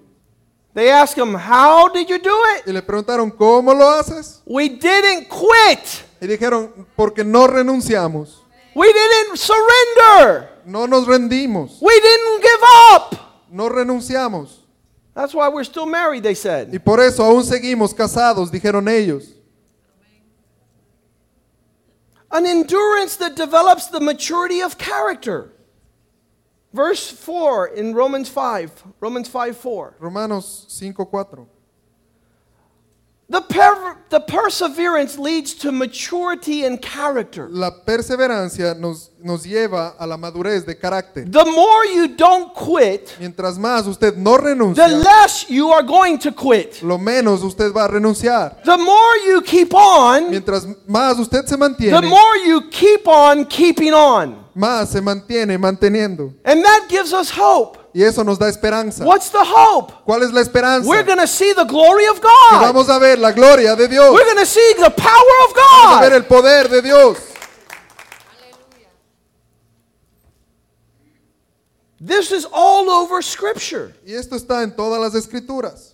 S3: They asked him, How did you do it?
S4: Y le preguntaron, ¿cómo lo haces?
S3: We didn't quit.
S4: Y dijeron, porque no renunciamos.
S3: We didn't surrender.
S4: No nos rendimos.
S3: We didn't give up.
S4: No renunciamos.
S3: That's why we're still married, they said.
S4: Y por eso aún seguimos casados, dijeron ellos.
S3: An endurance that develops the maturity of character. Verse 4 in Romans 5, Romans 5 4.
S4: Romanos 5:4.
S3: The, per- the perseverance leads to maturity and character.
S4: La perseverancia nos, nos lleva a la madurez de carácter.
S3: The more you don't quit,
S4: Mientras más usted no renuncia,
S3: the less you are going to quit.
S4: lo menos usted va a renunciar.
S3: The more you keep on,
S4: Mientras más usted se mantiene,
S3: the more you keep on keeping on.
S4: más se mantiene manteniendo.
S3: And that gives us hope.
S4: Y eso nos da esperanza.
S3: What's the hope?
S4: ¿Cuál es la esperanza?
S3: We're
S4: Que
S3: going to see the glory of God.
S4: vamos a ver la gloria de Dios.
S3: We're going to see the power of
S4: Vamos a ver
S3: God.
S4: el poder de Dios.
S3: This is all over Scripture.
S4: Y esto está en todas las escrituras.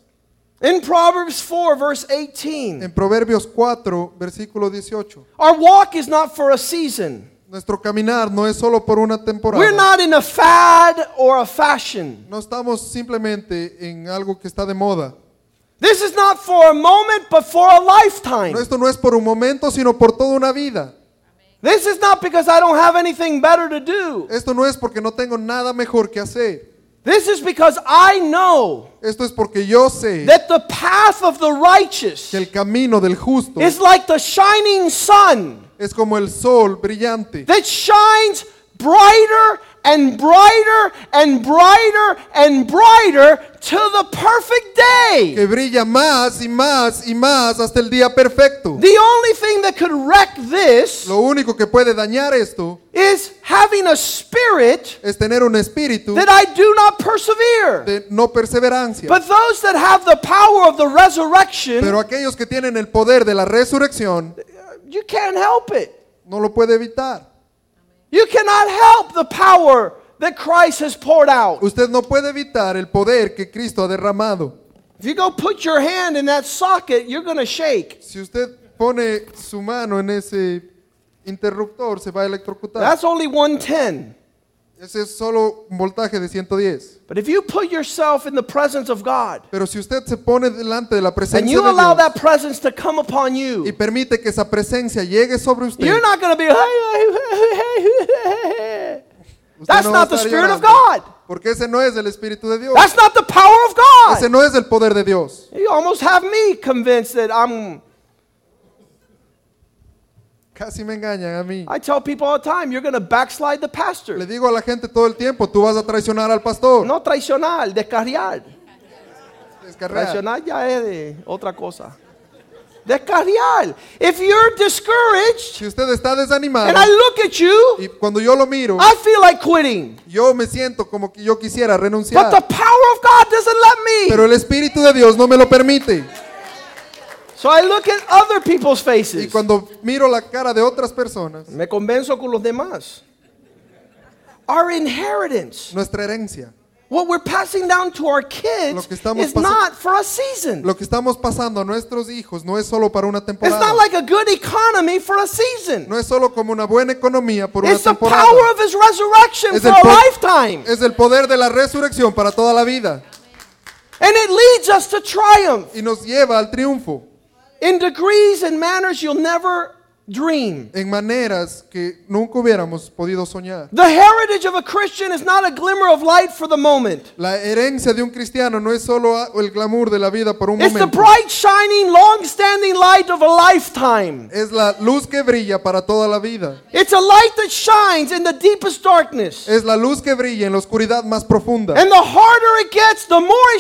S3: In Proverbs 4, verse 18,
S4: En Proverbios 4, versículo 18.
S3: our walk is not for a season.
S4: Nuestro caminar no es solo por una temporada.
S3: We're not in a fad or a fashion.
S4: No estamos simplemente en algo que está de moda.
S3: This is not for a moment, but for a lifetime.
S4: No, esto no es por un momento, sino por toda una vida.
S3: This is not because I don't have anything better to do.
S4: Esto no es porque no tengo nada mejor que hacer.
S3: This is because I know
S4: Esto es porque yo sé
S3: that the path of the righteous
S4: que el camino del justo
S3: is like the shining sun.
S4: es como el sol brillante
S3: that shines brighter and brighter and brighter and brighter to the perfect day.
S4: que brilla más y más y más hasta el día perfecto.
S3: The only thing that could wreck this
S4: Lo único que puede dañar esto
S3: is having a spirit
S4: es tener un espíritu
S3: that I do not persevere.
S4: de no perseverancia.
S3: But those that have the power of the resurrection,
S4: Pero aquellos que tienen el poder de la resurrección
S3: you can't help it.
S4: no lo puede evitar.
S3: You cannot help the power that Christ has poured out.
S4: Usted no puede evitar el poder que Cristo ha derramado.
S3: If you go put your hand in that socket, you're going to shake.
S4: Si usted pone su mano en ese interruptor, se va a electrocutar.
S3: That's only 110.
S4: Ese es solo un voltaje de 110.
S3: But if you put yourself in the presence of God
S4: Pero si usted se pone delante de la presencia
S3: and you
S4: de
S3: allow
S4: Dios
S3: that presence to come upon
S4: y
S3: you,
S4: permite que esa presencia llegue sobre usted,
S3: you're not going to be.
S4: usted
S3: That's
S4: no va a
S3: not the
S4: estar
S3: Spirit of
S4: llorando,
S3: God.
S4: Porque ese no es el Espíritu de Dios.
S3: That's not the power of
S4: Ese
S3: God.
S4: no es el poder de Dios.
S3: You almost have me convinced that I'm.
S4: Casi me engañan a mí.
S3: I tell people all the time, you're going to backslide the
S4: Le
S3: pastor.
S4: digo a la gente todo el tiempo, tú vas a traicionar al pastor.
S3: No traicionar, descarriar.
S4: Descarriar.
S3: Traicionar ya es de otra cosa. Descarriar. If you're discouraged
S4: Si usted está desanimado
S3: and I Ah. look at you,
S4: y cuando yo lo miro,
S3: I feel like quitting.
S4: yo me siento como que yo quisiera
S3: But
S4: renunciar.
S3: the power of God doesn't let me.
S4: Pero el Espíritu de Dios no me lo permite.
S3: So I look at other people's
S4: Y
S3: faces.
S4: cuando miro la cara de otras personas,
S3: Me convenzo con los demás. Our inheritance,
S4: nuestra herencia,
S3: what we're passing down to our
S4: Lo
S3: kids,
S4: que estamos
S3: is
S4: pasa-
S3: not for a season.
S4: lo que estamos pasando a nuestros hijos no es solo para una
S3: It's
S4: temporada.
S3: not like a good economy for a season.
S4: No es solo como una buena economía por una
S3: It's the
S4: temporada.
S3: power of His resurrection
S4: Es
S3: for
S4: el
S3: a
S4: po-
S3: lifetime.
S4: Es el poder de la resurrección para toda la vida
S3: And it leads us to triumph
S4: y nos lleva al triunfo
S3: in degrees and manners you'll never dream.
S4: en maneras que nunca hubiéramos podido soñar.
S3: The heritage of a Christian is not a glimmer of light for the moment.
S4: La herencia de un cristiano no es solo a- el glamour de la vida por un
S3: It's the
S4: momento.
S3: bright, shining, long standing light of a lifetime.
S4: Es la luz que brilla para toda la vida.
S3: It's a light that shines in the deepest darkness.
S4: Es la luz que brilla en la oscuridad más profunda.
S3: And the harder it gets, the more it
S4: Y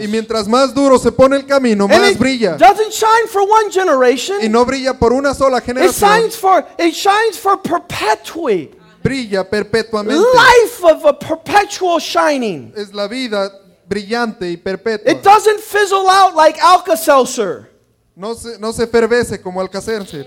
S3: shines.
S4: mientras más duro se pone el camino,
S3: And
S4: más
S3: it
S4: brilla.
S3: doesn't shine for one
S4: Y
S3: generation,
S4: no brilla por una sola
S3: it
S4: generación.
S3: shines for, it shines for perpetuity.
S4: Brilla perpetuamente.
S3: Life of a perpetual shining.
S4: Es la vida brillante y
S3: It
S4: perpetua.
S3: doesn't fizzle out like Alka Seltzer.
S4: No se, no se fervece como Alcacerse.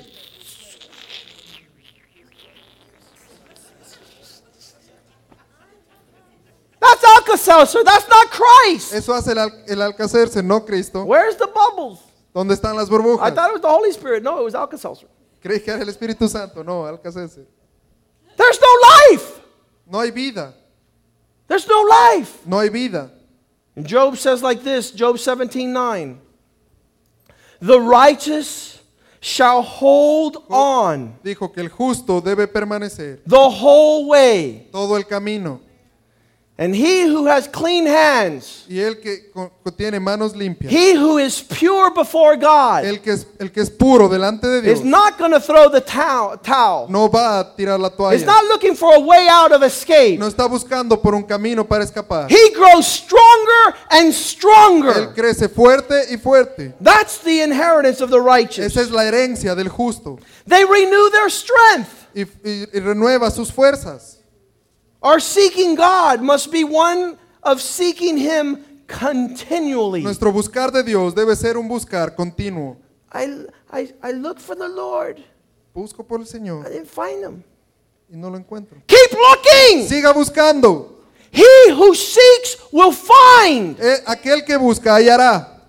S3: That's Alka Seltzer. That's not Christ.
S4: Eso hace el, al- el Alcacerse, Eh, no Cristo.
S3: Where's the bubbles?
S4: ¿Dónde están las
S3: I
S4: burbujas?
S3: thought it was the Holy Spirit. No, it was Alka Seltzer.
S4: Creí que era el Espíritu Santo. No, Alcacerse.
S3: There's no life.
S4: No hay vida.
S3: There's no life.
S4: No hay vida.
S3: And Job says like this Job 17 9. The righteous shall hold on
S4: Dijo que el justo debe permanecer
S3: the whole way,
S4: todo el camino.
S3: and he who has clean hands,
S4: Y el que co- co- tiene manos limpias,
S3: he who is pure before God,
S4: el que, es, el que es puro delante de Dios,
S3: is not going to throw the tow- towel.
S4: no va a tirar la
S3: It's
S4: toalla.
S3: not looking for a way out of escape.
S4: No está buscando por un camino para escapar.
S3: He grows stronger and
S4: Él
S3: stronger.
S4: crece fuerte y fuerte.
S3: That's the inheritance of the righteous.
S4: Esa es la herencia del justo.
S3: They renew their strength.
S4: Y, y- y renueva sus fuerzas.
S3: Our seeking God must be one of seeking Him continually.
S4: Nuestro buscar de Dios debe ser un buscar continuo.
S3: I, I, I look for the Lord.
S4: Busco por el
S3: I
S4: Señor
S3: didn't find Him.
S4: y no lo encuentro.
S3: Keep looking.
S4: Siga buscando.
S3: He who seeks will find.
S4: Eh, aquel que busca hallará.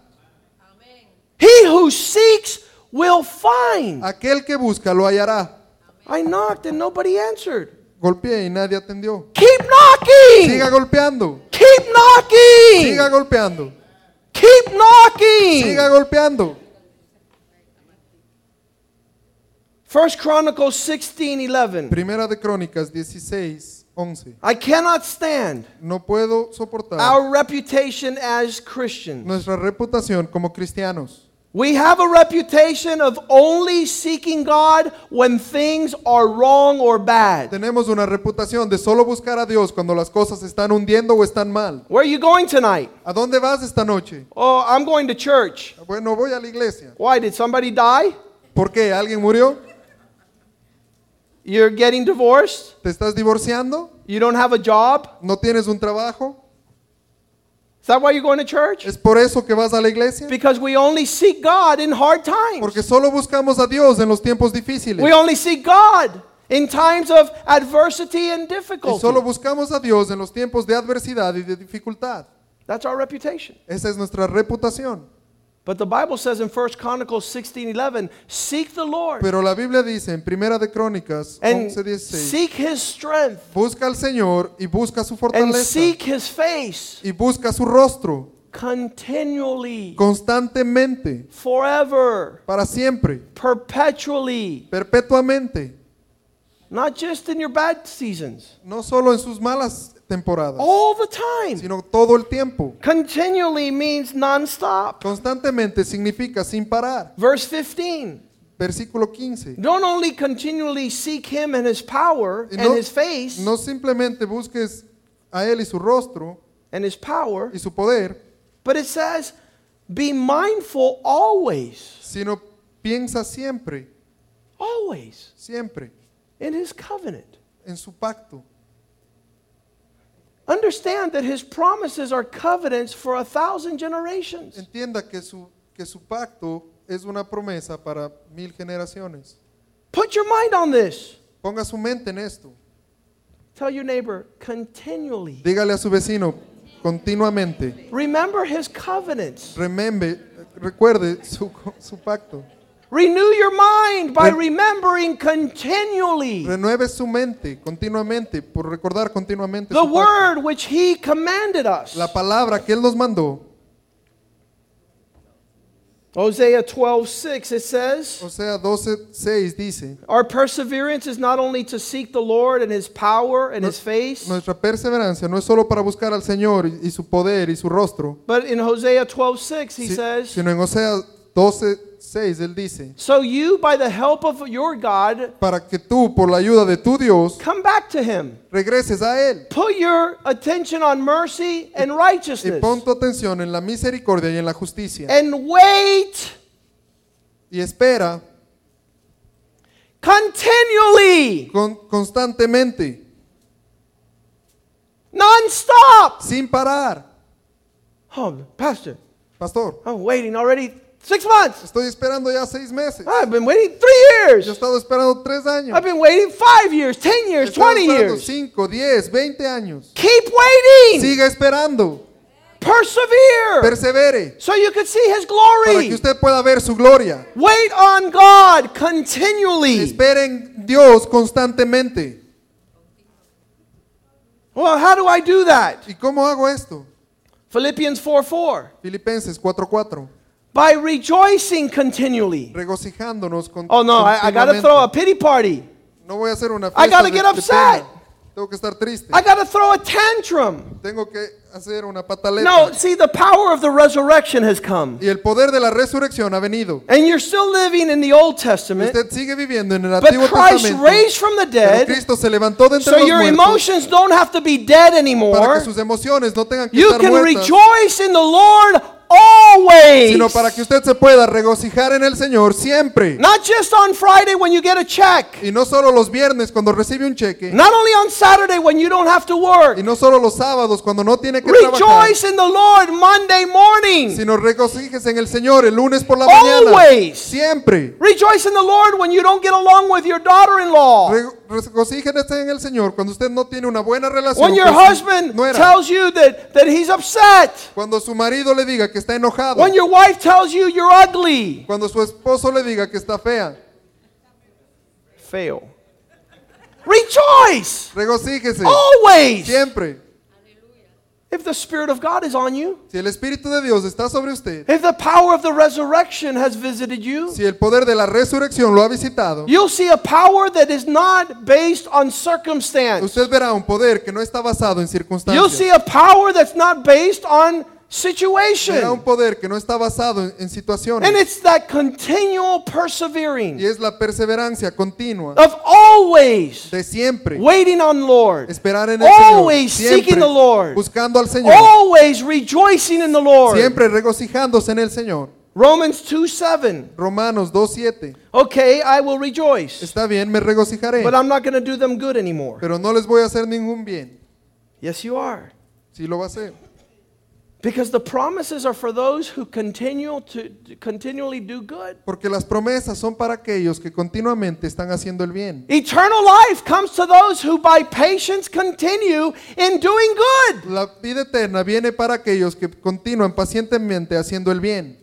S3: He who seeks will find.
S4: Aquel que busca lo hallará.
S3: I knocked and nobody answered.
S4: Golpeé y nadie atendió.
S3: Keep knocking.
S4: Siga golpeando.
S3: Keep
S4: Siga
S3: knocking.
S4: golpeando.
S3: Keep knocking.
S4: Siga golpeando.
S3: First Chronicles 16 11.
S4: Primera de Crónicas 16, 11.
S3: I cannot stand
S4: No puedo soportar
S3: our reputation as Christians.
S4: nuestra reputación como cristianos.
S3: We have a reputation of only seeking God when things are wrong or bad.
S4: Tenemos una reputación de solo buscar a Dios cuando las cosas se están hundiendo o están mal.
S3: Where are you going tonight?
S4: ¿A dónde vas esta noche?
S3: Oh, I'm going to church.
S4: Bueno, voy a la iglesia.
S3: Why? Did somebody die?
S4: ¿Por qué? ¿Alguien murió?
S3: You're getting divorced?
S4: ¿Te estás divorciando?
S3: You don't have a job?
S4: ¿No tienes un trabajo?
S3: Is that why you're going to church?
S4: ¿Es por eso que vas a la iglesia?
S3: Because we only seek God in hard times.
S4: Porque solo buscamos a Dios en los tiempos difíciles.
S3: We only seek God in times of adversity and
S4: Y
S3: difficulty.
S4: solo buscamos a Dios en los tiempos de adversidad y de dificultad.
S3: That's our reputation.
S4: Esa es nuestra reputación.
S3: But the Bible says in 1 Chronicles 16 11, seek the Lord
S4: Pero la Biblia dice en Primera de Crónicas
S3: and
S4: 11:16,
S3: seek his strength
S4: busca al Señor y busca su
S3: and
S4: fortaleza
S3: seek his face
S4: y busca su rostro
S3: continually,
S4: constantemente,
S3: forever,
S4: para siempre,
S3: perpetually,
S4: perpetuamente,
S3: not just in your bad seasons,
S4: no solo en sus malas temporadas,
S3: all the time.
S4: sino todo el tiempo.
S3: Continually means nonstop.
S4: Constantemente significa sin parar.
S3: Verse 15.
S4: Versículo 15.
S3: Don't only continually seek him and his power
S4: Y
S3: and his face
S4: no simplemente busques a Él y su rostro
S3: and his power,
S4: y su poder,
S3: but it says, be mindful always,
S4: sino piensa siempre,
S3: always
S4: siempre
S3: in his covenant.
S4: en su pacto.
S3: Understand that his promises are covenants for a thousand generations.
S4: Entienda que su, que su pacto es una promesa para mil generaciones.
S3: Put your mind on this.
S4: Ponga su mente en esto.
S3: Tell your neighbor continually.
S4: Dígale a su vecino continuamente,
S3: Remember his covenants.
S4: remembe, recuerde su, su pacto.
S3: Renew your mind by
S4: Re-
S3: remembering continually
S4: Renueve su mente continuamente por recordar continuamente
S3: the
S4: su pacto.
S3: word which he commanded us.
S4: La palabra que Él nos mandó
S3: Hosea 12:6 it says,
S4: O sea, 12.6 dice,
S3: Our perseverance is not only to seek the Lord and his power and his face,
S4: nuestra perseverancia no es solo para buscar al Señor y y su poder y su rostro,
S3: but in Hosea 12:6 he
S4: si-
S3: says,
S4: sino en Osea 12.6 él dice,
S3: So you by the help of your God
S4: para que tú, por la ayuda de tu Dios,
S3: come back to him.
S4: regreses a Él.
S3: Put your attention on mercy and
S4: Y
S3: righteousness
S4: pon tu atención en la misericordia y en la justicia.
S3: and wait
S4: Y espera
S3: continually,
S4: con- constantemente,
S3: nonstop.
S4: sin parar.
S3: Oh, pastor,
S4: Pastor,
S3: I'm waiting already 6 months.
S4: estoy esperando ya seis meses.
S3: I've been waiting 3
S4: Yo he
S3: years.
S4: estado esperando tres años.
S3: I've been waiting 5 years, 10
S4: He
S3: years,
S4: estado
S3: 20
S4: esperando
S3: years.
S4: cinco, diez, veinte años.
S3: Keep waiting.
S4: Siga esperando.
S3: Persevere.
S4: Persevere.
S3: So you can see his
S4: Para que
S3: glory.
S4: usted pueda ver su gloria.
S3: Wait on God continually.
S4: Espere en Dios constantemente.
S3: Well, how do I do that?
S4: ¿Y cómo hago esto?
S3: Philippians 4 4.
S4: Filipenses 4:4.
S3: By rejoicing continually.
S4: Regocijándonos con
S3: Oh no, I, I gotta
S4: continuamente.
S3: throw a pity party.
S4: No voy a hacer una fiesta.
S3: gotta
S4: de-
S3: get
S4: de
S3: upset.
S4: pena. Tengo que estar triste.
S3: I gotta throw a tantrum.
S4: Tengo que hacer una pataleta.
S3: No, see, the power of the resurrection has come.
S4: Y el poder de la resurrección ha venido.
S3: And you're still living in the Old Testament,
S4: Usted sigue viviendo en el
S3: but
S4: Antiguo
S3: Christ
S4: Testamento.
S3: raised from the
S4: pero
S3: dead,
S4: Cristo se levantó de entre
S3: so
S4: los
S3: your
S4: muertos
S3: emotions don't have to be dead
S4: para que
S3: anymore.
S4: sus emociones no tengan que
S3: You
S4: estar
S3: can
S4: muertas,
S3: rejoice in the Lord always.
S4: sino para que usted se pueda regocijar en el Señor siempre.
S3: Not just on Friday when you get a check.
S4: Y no solo los viernes cuando recibe un cheque,
S3: Not only on Saturday when you don't have to work.
S4: y no solo los sábados cuando no tiene que trabajar,
S3: Rejoice in the Lord Monday morning.
S4: sino regocíjese en el Señor el lunes por la mañana,
S3: Always.
S4: siempre.
S3: Rejoice in the Lord when you don't get along with your daughter in law.
S4: Re- Regocíjese en el Señor cuando usted no tiene una buena relación
S3: When your
S4: con su
S3: husband
S4: nuera.
S3: tells you that, that he's upset.
S4: Cuando su marido le diga que está enojado.
S3: When your wife tells you you're ugly.
S4: Cuando su esposo le diga que está fea.
S3: Fail. Rejoice
S4: Regocíjese.
S3: always.
S4: Siempre.
S3: If the Spirit of God is on you,
S4: Si el Espíritu de Dios está sobre usted,
S3: if the power of the resurrection has visited you,
S4: si el poder de la resurrección lo ha visitado,
S3: You'll see a power that is not based on circumstance.
S4: usted verá un poder que no está basado en
S3: You'll see
S4: circunstancias.
S3: a power that's not based on
S4: Verá un
S3: situation.
S4: poder que no está basado en, en
S3: And
S4: situaciones.
S3: it's that continual
S4: Y
S3: persevering
S4: es la perseverancia continua
S3: of always
S4: de siempre.
S3: waiting on Lord,
S4: Esperar en el Señor.
S3: always seeking
S4: Siempre
S3: the Lord,
S4: buscando al Señor.
S3: always rejoicing in the Lord.
S4: Siempre regocijándose en el Señor.
S3: Romans 2 7.
S4: Romanos 2.7.
S3: Okay, I will rejoice,
S4: Está bien, me regocijaré.
S3: but I'm not going to do them good anymore.
S4: Pero no les voy a hacer ningún bien.
S3: Yes, you are.
S4: Si lo va a hacer.
S3: Because the promises are for those who continue to to continually do good.
S4: Porque las promesas son para aquellos que continuamente están haciendo el bien.
S3: Eternal life comes to those who by patience continue in doing good.
S4: La vida eterna viene para aquellos que continúan pacientemente haciendo el bien.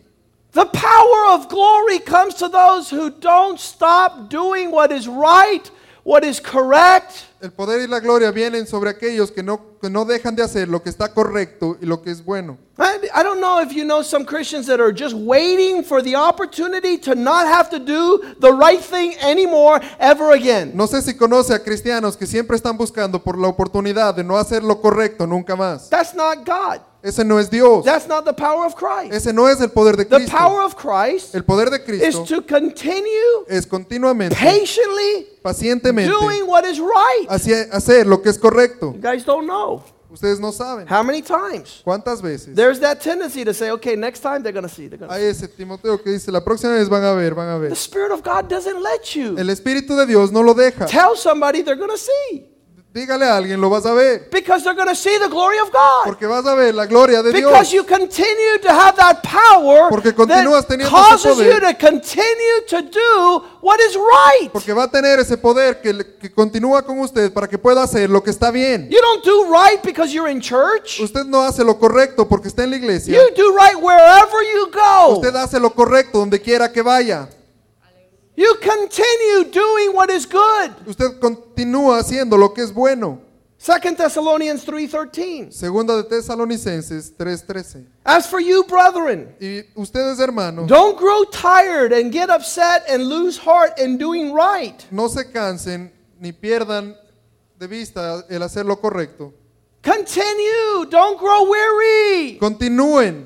S3: The power of glory comes to those who don't stop doing what is right, what is correct,
S4: El poder y la gloria vienen sobre aquellos que no, que no dejan de hacer lo que está correcto y lo que es bueno.
S3: I, I don't know if you know some Christians that are just waiting for the opportunity to not have to do the right thing anymore ever again.
S4: No sé si conoce a cristianos que siempre están buscando por la oportunidad de no hacer lo correcto nunca más.
S3: That's not God.
S4: Ese no es Dios.
S3: That's not the power of Christ.
S4: Ese no es el poder de
S3: The
S4: Cristo.
S3: power of Christ
S4: El poder de
S3: is
S4: Cristo
S3: to continue
S4: es continuamente,
S3: patiently
S4: pacientemente,
S3: doing what is right.
S4: hacia- hacer lo que es correcto.
S3: You guys don't know
S4: Ustedes no saben
S3: how many times.
S4: cuántas veces.
S3: There's that tendency to say, okay, next time they're going to see. They're gonna see.
S4: Hay ese Timoteo que dice, la próxima vez van a ver, van a
S3: The
S4: ver.
S3: Spirit of God doesn't let you.
S4: El Espíritu de Dios no lo deja.
S3: Tell somebody they're going to see
S4: Dígale a alguien, lo vas a ver.
S3: because they're going to see the glory of God.
S4: Porque vas a ver la gloria de
S3: Because
S4: Dios.
S3: you continue to have that power
S4: Porque continúas
S3: that
S4: teniendo ese
S3: causes
S4: poder.
S3: you to continue to do what is right.
S4: Porque va a tener ese poder que, le- que continúa con usted para que pueda hacer lo que está bien.
S3: You don't do right because you're in church.
S4: Usted no hace lo correcto porque está en la iglesia.
S3: You do right wherever you
S4: Usted
S3: go.
S4: hace lo correcto donde quiera que vaya.
S3: You continue doing what is good.
S4: Usted continúa haciendo lo que es bueno.
S3: Second Thessalonians 3:13.
S4: Segunda de Tesalonicenses 3:13.
S3: As for you, brethren,
S4: Y ustedes, hermanos,
S3: Don't grow tired and get upset and lose heart in doing right.
S4: no se cansen ni pierdan de vista el hacer lo correcto.
S3: Continue. Don't grow weary.
S4: Continúen.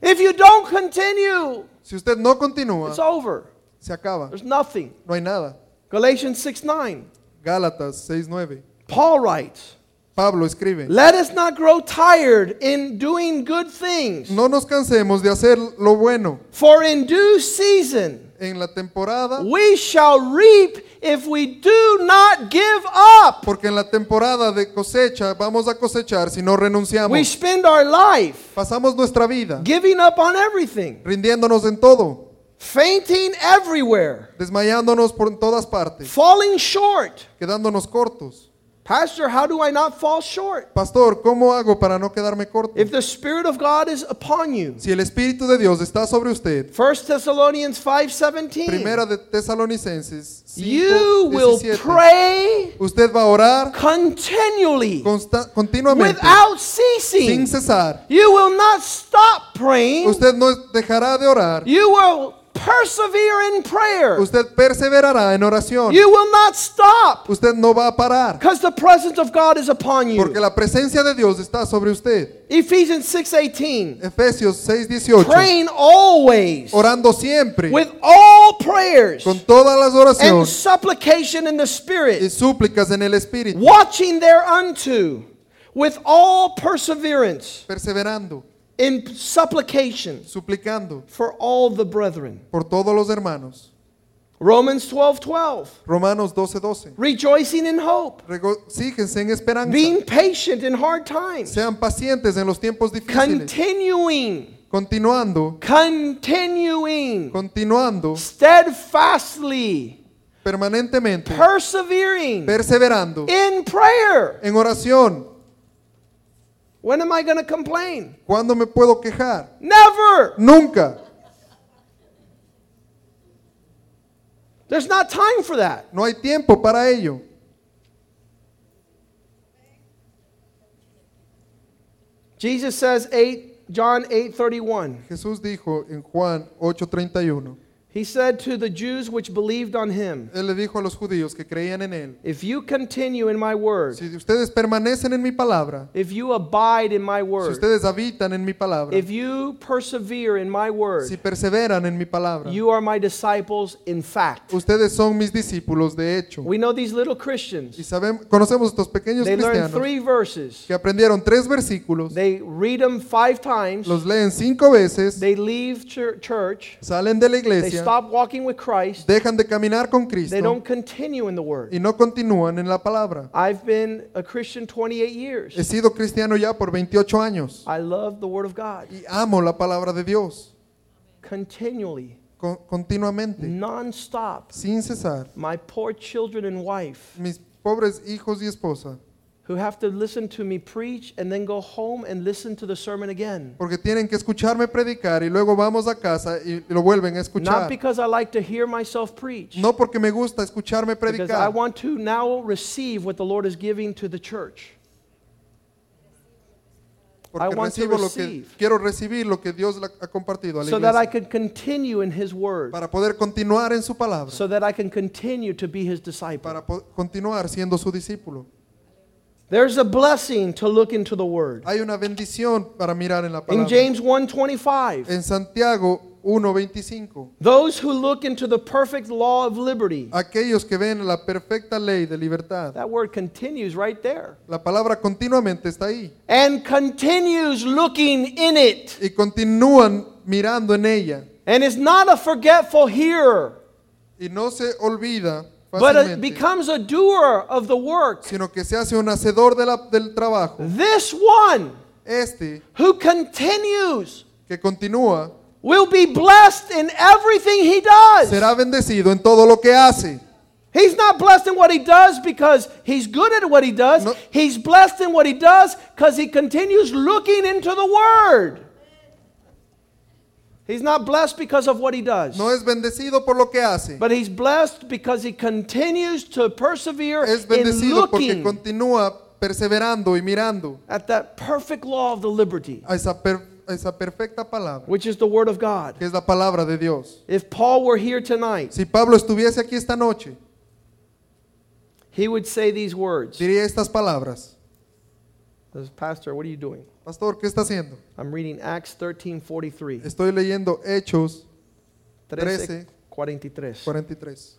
S3: If you don't continue,
S4: Si usted no continúa,
S3: it's over.
S4: se acaba.
S3: There's nothing.
S4: No hay nada.
S3: Galatians 6 9.
S4: Gálatas 6:9.
S3: Paul writes,
S4: Pablo escribe,
S3: Let us not grow tired in doing good things,
S4: no nos cansemos de hacer lo bueno.
S3: for in due season
S4: En la temporada,
S3: we shall reap if we do not give up.
S4: porque en la temporada de cosecha vamos a cosechar si no
S3: We
S4: renunciamos.
S3: spend our life
S4: Pasamos nuestra vida
S3: giving up on everything,
S4: rindiéndonos en todo,
S3: fainting everywhere.
S4: desmayándonos por en todas partes,
S3: falling short.
S4: quedándonos cortos.
S3: Pastor, how do I not fall short?
S4: Pastor, ¿cómo hago para no quedarme corto?
S3: If the Spirit of God is upon you.
S4: Si el Espíritu de Dios está sobre usted,
S3: 1 Thessalonians 5:17.
S4: primera de Tesalonicenses 5,
S3: You will
S4: 17,
S3: pray
S4: usted va a orar
S3: continually
S4: consta- continuamente,
S3: without
S4: sin
S3: ceasing.
S4: cesar.
S3: You will not stop praying.
S4: Usted no dejará de orar,
S3: You will persevere in prayer.
S4: usted perseverará en oración,
S3: You will not stop
S4: usted no va a parar,
S3: because the presence of God is upon you.
S4: porque la presencia de Dios está sobre usted.
S3: Ephesians 6:18.
S4: Efesios 6:18,
S3: Praying always
S4: orando siempre,
S3: with all prayers.
S4: con todas las
S3: and
S4: oraciones
S3: supplication in the
S4: y
S3: Spirit,
S4: súplicas en el Espíritu,
S3: watching thereunto with all perseverance
S4: perseverando,
S3: in supplication
S4: suplicando
S3: for all the brethren.
S4: por todos los hermanos.
S3: Romans 12 12.
S4: Romanos 12:12.
S3: Rejoicing in hope,
S4: Regocíjense en esperanza.
S3: being patient in hard times,
S4: Sean pacientes en los tiempos difíciles.
S3: continuing,
S4: continuando,
S3: continuing,
S4: continuando,
S3: steadfastly,
S4: permanentemente,
S3: persevering
S4: perseverando,
S3: in prayer.
S4: en oración.
S3: When am I going to complain?
S4: ¿Cuándo me puedo quejar?
S3: Never!
S4: Nunca.
S3: There's not time for that.
S4: No hay tiempo para ello.
S3: Jesus says 8 John 8:31.
S4: Jesús dijo en Juan 8:31.
S3: He said to the Jews which believed on him,
S4: Él le dijo a los judíos que creían en él,
S3: if you continue in my word,
S4: si ustedes permanecen en mi palabra,
S3: if you abide in my
S4: si
S3: word,
S4: ustedes habitan en mi palabra,
S3: if you persevere in my word,
S4: si perseveran en mi palabra,
S3: you are my disciples in fact.
S4: ustedes son mis discípulos de hecho.
S3: We know these little
S4: Y
S3: Christians.
S4: sabemos, conocemos estos pequeños
S3: They learn
S4: cristianos
S3: three verses.
S4: que aprendieron tres versículos,
S3: They read them 5 times.
S4: los leen cinco veces,
S3: They leave chur- church.
S4: salen de la
S3: They
S4: iglesia,
S3: stop walking with Christ.
S4: dejan de caminar con
S3: They don't
S4: Cristo
S3: continue in the word.
S4: y no continúan en la palabra.
S3: I've been a Christian 28
S4: He
S3: years.
S4: sido cristiano ya por 28 años
S3: I love the word of God.
S4: y amo la palabra de Dios
S3: continually,
S4: con- continuamente,
S3: nonstop.
S4: sin cesar.
S3: My poor children and wife
S4: Mis pobres hijos y esposa,
S3: who have to listen to me preach and then go home and listen to the sermon again.
S4: porque tienen que escucharme predicar y luego vamos a casa y lo vuelven a
S3: Not
S4: escuchar.
S3: because I like to hear myself preach,
S4: No porque me gusta escucharme
S3: because I
S4: predicar,
S3: want to now receive what the Lord is giving to the church.
S4: porque
S3: I want to
S4: recibo lo que
S3: receive.
S4: quiero recibir lo que Dios la- ha compartido a la
S3: So that I
S4: iglesia,
S3: can continue in His Word,
S4: para poder continuar en su palabra.
S3: so that I can continue to be His
S4: para
S3: disciple.
S4: po- continuar siendo su discípulo.
S3: There's a blessing to look into the Word.
S4: Hay una bendición para mirar en la
S3: In
S4: palabra.
S3: James 1:25,
S4: en Santiago 1:25,
S3: those who look into the perfect law of liberty,
S4: aquellos que ven la perfecta ley de libertad,
S3: That word continues right there.
S4: la palabra continuamente está ahí
S3: And continues looking in it.
S4: y continúan mirando en ella
S3: And is not a forgetful hearer,
S4: y no se olvida
S3: but uh, it
S4: fácilmente,
S3: becomes a doer of the work.
S4: sino que se hace un hacedor de la- del trabajo.
S3: This one
S4: Este
S3: who continues
S4: que continúa
S3: will be blessed in everything he does.
S4: será bendecido en todo lo que hace.
S3: He's not blessed in what he does because he's good at what he does.
S4: No.
S3: He's blessed in what he does because he continues looking into the word. He's not blessed because of what he does.
S4: No es bendecido por lo que hace.
S3: But he's blessed because he continues to persevere
S4: Es
S3: in
S4: bendecido porque
S3: looking
S4: continúa perseverando y mirando
S3: at that perfect law of the liberty,
S4: a esa, per- a esa perfecta palabra,
S3: which is the word of God.
S4: que es la palabra de Dios.
S3: If Paul were here tonight,
S4: Si Pablo estuviese aquí esta noche,
S3: he would say these words.
S4: diría estas palabras.
S3: Says, Pastor, what are you doing?
S4: Pastor, ¿qué está haciendo?
S3: I'm reading Acts 13, 43.
S4: Estoy leyendo Hechos
S3: 13,
S4: 43.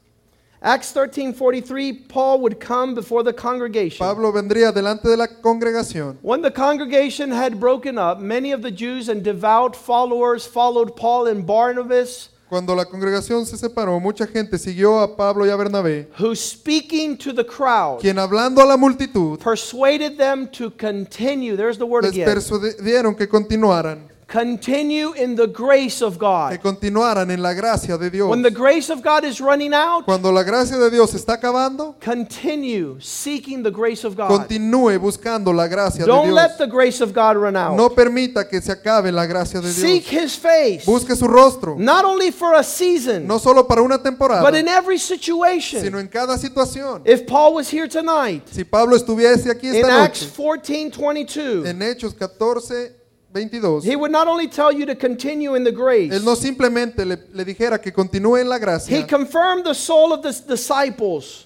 S3: Acts 13, 43, Paul would come before the congregation.
S4: Pablo vendría delante de la congregación.
S3: When the congregation had broken up, many of the Jews and devout followers followed Paul and Barnabas,
S4: Cuando la congregación se separó, mucha gente siguió a Pablo y a Bernabé,
S3: who speaking to the crowd
S4: quien hablando a la multitud,
S3: persuaded them to continue. There's the word
S4: les
S3: again.
S4: persuadieron que continuaran,
S3: Continue in the grace of
S4: que
S3: God.
S4: continuaran en la gracia de Dios.
S3: When the grace of God is running out,
S4: Cuando la gracia de Dios está acabando,
S3: continue seeking the grace of God.
S4: continúe buscando la gracia de
S3: Don't let
S4: Dios.
S3: the grace of God run out.
S4: No permita que se acabe la gracia de
S3: Seek
S4: Dios.
S3: his face,
S4: Busque su rostro,
S3: not only for a season,
S4: no solo para una temporada,
S3: but in every
S4: sino
S3: situation.
S4: en cada situación.
S3: If Paul was here tonight,
S4: Si Pablo estuviese aquí
S3: in
S4: esta
S3: Acts
S4: noche,
S3: 14 22,
S4: en Hechos 14, 22,
S3: he would not only tell you to continue in the grace,
S4: él no simplemente le, le dijera que continúe en la
S3: he
S4: gracia,
S3: confirmed the soul of the s- disciples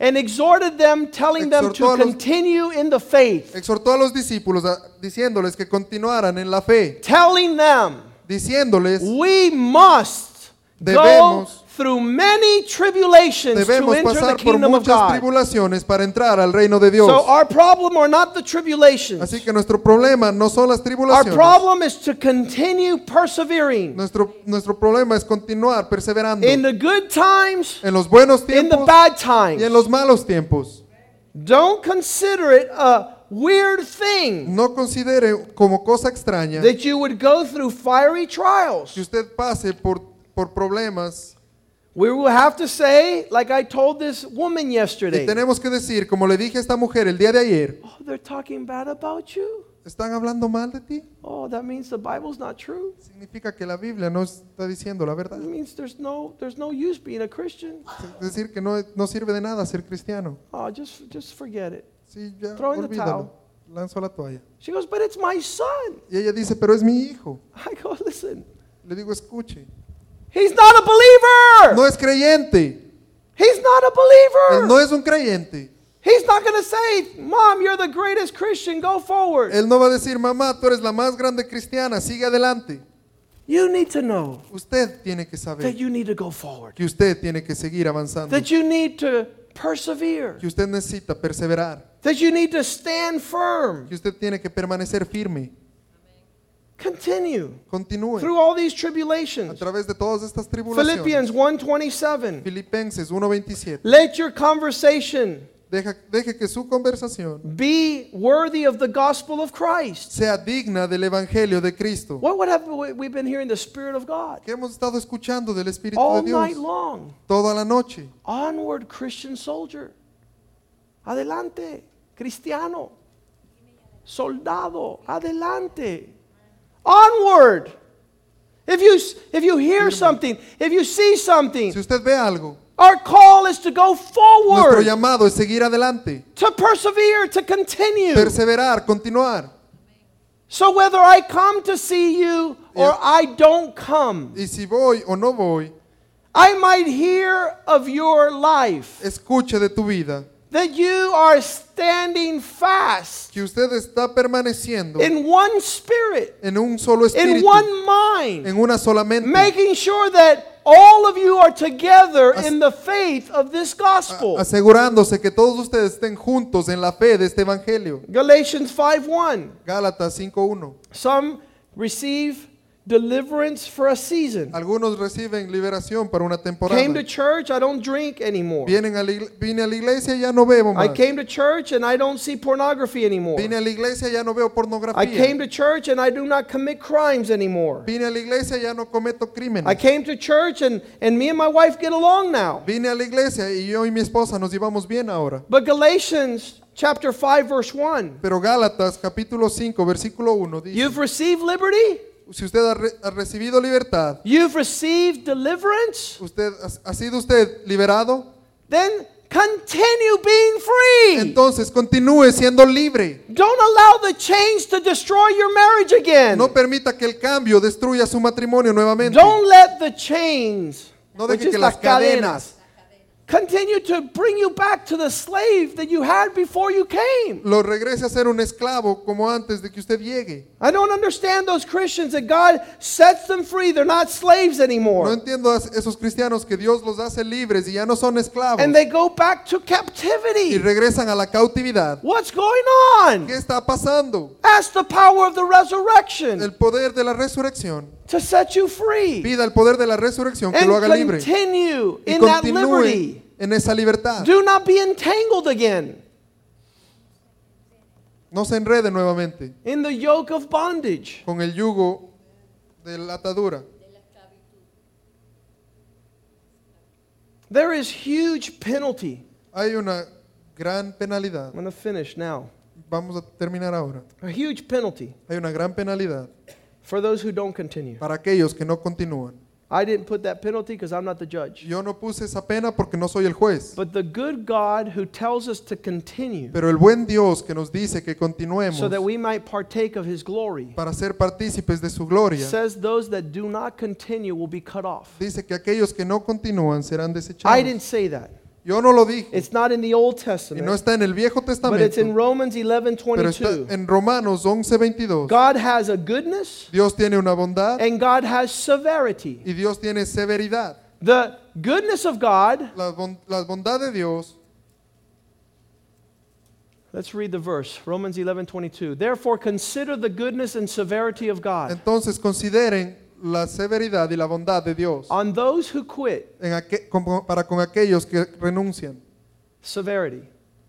S3: and exhorted them, telling them
S4: Exhortó
S3: to
S4: a los-
S3: continue in the faith,
S4: exhortó a los discípulos a- diciéndoles que continuaran en la fe,
S3: telling them,
S4: diciéndoles,
S3: we must go
S4: Debemos-
S3: through many tribulations to
S4: debemos
S3: enter the
S4: pasar por
S3: kingdom of
S4: muchas
S3: God.
S4: tribulaciones para entrar al reino de Dios.
S3: So our problem are not the tribulations.
S4: Así que nuestro problema no son las
S3: Our
S4: tribulaciones.
S3: problem is to continue persevering
S4: Nuestro, nuestro problema es continuar perseverando
S3: in the good times,
S4: en los buenos
S3: in the
S4: tiempos
S3: bad
S4: y en
S3: times.
S4: los malos tiempos.
S3: Don't consider it a weird thing
S4: No considere como cosa extraña
S3: that you would go through fiery
S4: que
S3: trials.
S4: usted pase por, por problemas.
S3: We will have to say, like I told this woman
S4: Y
S3: yesterday,
S4: tenemos que decir, como le dije a esta mujer el día de ayer,
S3: oh, they're talking bad about you.
S4: ¿están hablando mal de ti?
S3: Oh, that means the Bible's not true.
S4: Significa que la Biblia no está diciendo la verdad.
S3: That means there's no there's no use being a Christian.
S4: Es decir, que no, no sirve de nada ser cristiano.
S3: Oh, just just forget it.
S4: Sí, ya,
S3: Throw in the
S4: olvídalo. Lanzó la toalla.
S3: She goes, but it's my son.
S4: Y ella dice, pero es mi hijo.
S3: I go, listen,
S4: Le digo, escuche.
S3: he's not a believer.
S4: No es creyente.
S3: He's not a
S4: Él
S3: believer.
S4: no es un creyente.
S3: He's not going to say, Mom, you're the greatest Christian. Go forward.
S4: Él no va a decir, mamá, tú eres la más grande cristiana, sigue adelante.
S3: you need to know
S4: Usted tiene que
S3: that
S4: saber
S3: you need to go forward,
S4: que usted tiene que seguir avanzando,
S3: that you need to persevere,
S4: que usted necesita perseverar,
S3: that you need to stand firm.
S4: que usted tiene que permanecer firme.
S3: Continue
S4: Continúe
S3: through all these
S4: a
S3: tribulations.
S4: través de todas estas tribulaciones.
S3: Philippians 1:27.
S4: Filipenses 1:27.
S3: Let your conversation
S4: Deja- deje que su conversación
S3: be worthy of the gospel of Christ.
S4: sea digna del Evangelio de Cristo.
S3: What would have we've been hearing the Spirit of God
S4: Que hemos estado escuchando del Espíritu
S3: all
S4: de
S3: night
S4: Dios
S3: long?
S4: toda la noche.
S3: Onward, Christian soldier. Adelante, cristiano. Soldado, adelante. Onward. If you, if you hear something, if you see
S4: Si
S3: something,
S4: usted ve algo,
S3: our call is to go
S4: nuestro
S3: forward,
S4: llamado es seguir adelante,
S3: to persevere, to continue.
S4: perseverar, continuar.
S3: So whether I come to see you or
S4: Yeah.
S3: I don't come,
S4: Y si voy o no voy,
S3: I might hear of your life
S4: escuche de tu vida
S3: that you are standing fast
S4: que usted está permaneciendo
S3: in one spirit,
S4: en un solo
S3: in
S4: espíritu,
S3: one mind,
S4: en una solamente,
S3: making sure that all of you are together in the faith of this gospel.
S4: asegurándose que todos ustedes estén juntos en la fe de este evangelio.
S3: Galatians 5:1.
S4: Gálatas 5:1.
S3: Some receive deliverance for a season.
S4: Algunos reciben liberación para una temporada.
S3: Came to church, I don't drink anymore.
S4: Vienen a la igle- vine a la iglesia y ya no bebo
S3: I
S4: más.
S3: came to church and I don't see pornography anymore.
S4: Vine a la iglesia y ya no
S3: I
S4: veo
S3: came
S4: pornografía.
S3: to church and I do not commit crimes anymore.
S4: Vine a la iglesia y ya no cometo crímenes.
S3: I came to church and, and me and my wife get along now.
S4: Vine a la iglesia y yo y mi esposa nos llevamos bien ahora.
S3: But Galatians chapter 5 verse 1.
S4: Pero Gálatas capítulo 5 versículo 1 dice,
S3: You've received liberty?
S4: si usted ha, re- ha recibido libertad,
S3: you've received deliverance,
S4: usted ha, ha sido usted liberado,
S3: then continue being free.
S4: entonces continúe siendo libre.
S3: Don't allow the change to destroy your marriage again.
S4: No permita que el cambio destruya su matrimonio nuevamente.
S3: Don't let the chains,
S4: No
S3: which
S4: deje
S3: is
S4: que
S3: las
S4: las
S3: cadenas,
S4: cadenas
S3: continue to bring you back to the slave that you had before you came.
S4: lo regrese a ser un esclavo como antes de que usted llegue.
S3: I don't understand those Christians that God sets them free. They're not slaves
S4: No
S3: anymore.
S4: entiendo a esos cristianos que Dios los hace libres y ya no son esclavos
S3: And they go back to
S4: Oh. y
S3: captivity.
S4: regresan a la cautividad.
S3: What's going on?
S4: ¿Qué está pasando?
S3: Ask the power of the resurrection
S4: El poder de la resurrección.
S3: to set you free
S4: Pida el poder de la resurrección que
S3: and
S4: lo haga libre.
S3: continue
S4: Y
S3: in that
S4: continúe Ah.
S3: liberty.
S4: en esa libertad.
S3: Do not be entangled again
S4: No se enrede nuevamente
S3: in the yoke of bondage.
S4: con el yugo de la atadura.
S3: There is huge penalty.
S4: Hay una gran penalidad.
S3: I'm going to finish now.
S4: Vamos a terminar ahora.
S3: A huge penalty
S4: Hay una gran penalidad
S3: for those who don't continue.
S4: para aquellos que no continúan.
S3: I didn't put that penalty because I'm not the judge.
S4: Yo no puse esa pena porque no soy el juez.
S3: But the good God who tells us to continue
S4: Pero el buen Dios que nos dice que continuemos
S3: so that we might partake of his glory
S4: para ser partícipes de su gloria,
S3: says those that do not continue will be cut off.
S4: dice que aquellos que no continúan serán
S3: I didn't
S4: desechados.
S3: say that.
S4: Yo no lo dije.
S3: It's not in the Old
S4: Y no
S3: Testament,
S4: está en el Viejo
S3: but it's in
S4: Testamento,
S3: Romans 11
S4: pero está
S3: 22.
S4: en Romanos 11:22.
S3: God has a goodness
S4: Dios tiene una bondad
S3: and God has severity.
S4: y Dios tiene severidad.
S3: The goodness of God,
S4: La, bon- la bondad de Dios,
S3: let's read the verse, Romans 11 22. Therefore, consider the goodness and severity of God.
S4: entonces consideren la severidad y la bondad de Dios
S3: on those who quit
S4: en aque- como- para con aquellos que renuncian.
S3: severity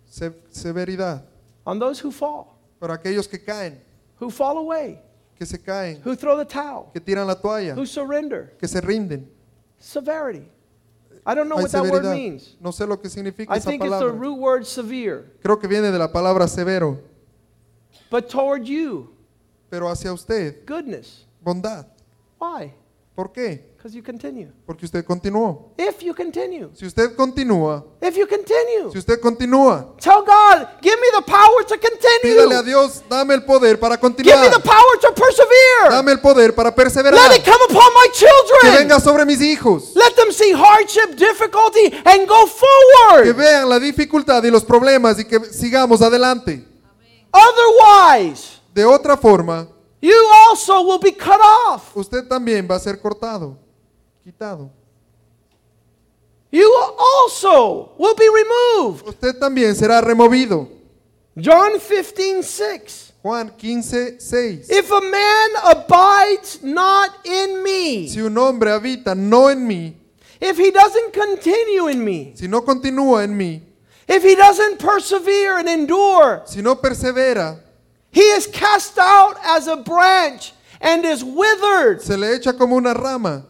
S4: Se- severidad
S3: on those who fall
S4: para aquellos que caen,
S3: who fall away
S4: que se caen,
S3: who throw the towel
S4: que tiran la toalla,
S3: who surrender
S4: que se rinden.
S3: severity i don't know
S4: Hay
S3: what that word
S4: severidad.
S3: means
S4: No sé lo que significa
S3: i
S4: esa
S3: think it's the
S4: palabra.
S3: root word severe
S4: Creo que viene de la palabra severo,
S3: but toward you
S4: pero hacia usted,
S3: goodness
S4: bondad.
S3: why
S4: ¿Por qué?
S3: because you continue
S4: Porque usted continuó.
S3: if you continue
S4: Si usted continúa,
S3: if you continue
S4: si usted continúa,
S3: tell god give me the power to continue
S4: pídale a Dios, dame el poder para
S3: give me the
S4: continuar.
S3: power to persevere
S4: Dame el poder para perseverar.
S3: let it come upon my
S4: Que
S3: children
S4: venga sobre mis hijos.
S3: let them see hardship difficulty and go
S4: Que
S3: forward
S4: vean la dificultad y los problemas y que sigamos adelante.
S3: Otherwise,
S4: De otra forma,
S3: you also will be cut off.
S4: usted también va a ser cortado, quitado.
S3: You also will be removed.
S4: Usted también será removido.
S3: John 15, 6.
S4: Juan 15, 6.
S3: If a man abides not in me,
S4: Si un hombre habita no en mí,
S3: if he doesn't continue in me,
S4: si no continúa en mí,
S3: if he doesn't persevere and endure,
S4: si no persevera,
S3: he is cast out as a branch and is withered
S4: se le echa como una rama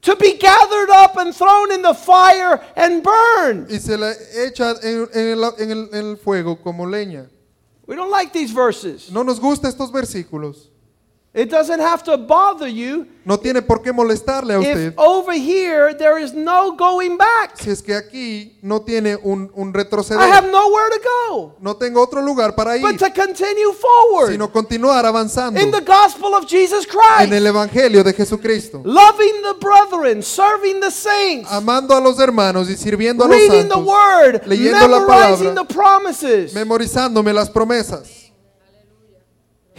S3: to be gathered up and thrown in the fire and burned.
S4: y se la echa en, en el, en el- en el fuego como leña.
S3: We don't like these verses.
S4: No nos gustan estos versículos.
S3: It doesn't have to bother you
S4: No tiene por qué molestarle a usted.
S3: If over here there is no going back,
S4: Si es que aquí no tiene un,
S3: I
S4: un
S3: have
S4: retroceder,
S3: nowhere to go
S4: no tengo otro lugar para ir,
S3: but to continue forward
S4: sino continuar avanzando
S3: in the
S4: en
S3: gospel of Jesus Christ,
S4: el Evangelio de Jesucristo,
S3: loving the brethren, serving the saints,
S4: amando a los hermanos y sirviendo a los
S3: reading the
S4: santos,
S3: word,
S4: leyendo la
S3: memorizing the
S4: palabra,
S3: promises.
S4: memorizándome las promesas.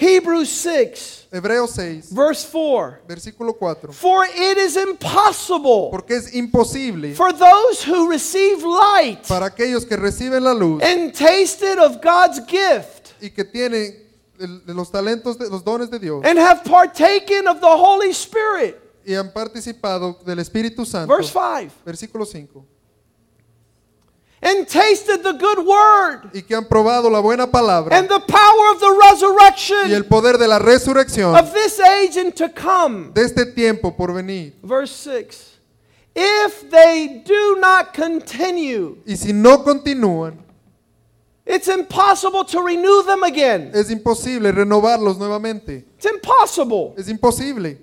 S3: Hebrews 6,
S4: Hebreos 6,
S3: verse 4.
S4: versículo 4.
S3: For it is impossible
S4: Porque es imposible
S3: for those who receive light
S4: para aquellos que reciben la luz
S3: and tasted of God's gift
S4: y que tienen el- los talentos, de, los dones de Dios
S3: and have partaken of the Holy Spirit.
S4: y han participado del Espíritu Santo.
S3: Verse 5.
S4: Versículo 5.
S3: and tasted the good word
S4: Y que han probado la buena palabra
S3: and the power of the
S4: y el
S3: resurrection
S4: poder de la resurrección
S3: of this age and to come.
S4: de este tiempo por venir.
S3: Verse 6 If they do not continue,
S4: Y si no continúan,
S3: It's impossible to renew them again.
S4: Es imposible renovarlos nuevamente.
S3: It's impossible.
S4: Es imposible.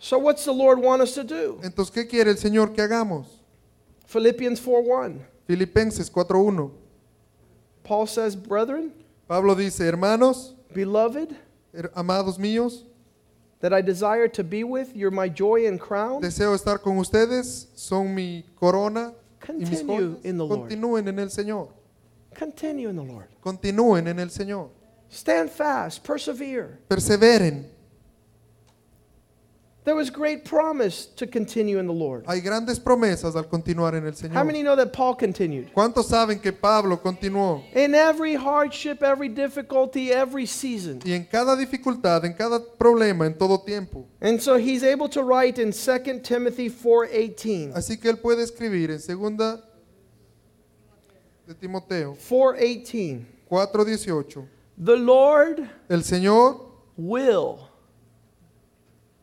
S3: So what's the Lord want us to do?
S4: Entonces, ¿qué quiere el Señor que hagamos?
S3: Philippians 4:1.
S4: Filipenses 4.1.
S3: Paul says, "Brethren,
S4: Pablo dice, hermanos,
S3: beloved,
S4: her- amados míos,
S3: that I desire to be with, you're my joy and crown."
S4: deseo estar con ustedes, son mi corona y mis
S3: Continue
S4: joyas.
S3: in the Lord.
S4: Continúen en el Señor.
S3: Continue in the Lord.
S4: Continúen en el Señor.
S3: Stand fast, persevere.
S4: Perseveren.
S3: There was great promise to continue in the Lord.
S4: Hay grandes promesas al continuar en el
S3: How
S4: Señor.
S3: many know that Paul continued?
S4: ¿Cuántos saben que Pablo continuó?
S3: In every hardship, every difficulty, every season.
S4: Y en cada dificultad, en cada problema, en todo tiempo.
S3: And so he's able to write in 2 Timothy 4:18.
S4: Así que él puede escribir en segunda de Timoteo
S3: 4:18.
S4: 4:18.
S3: The Lord
S4: El Señor
S3: will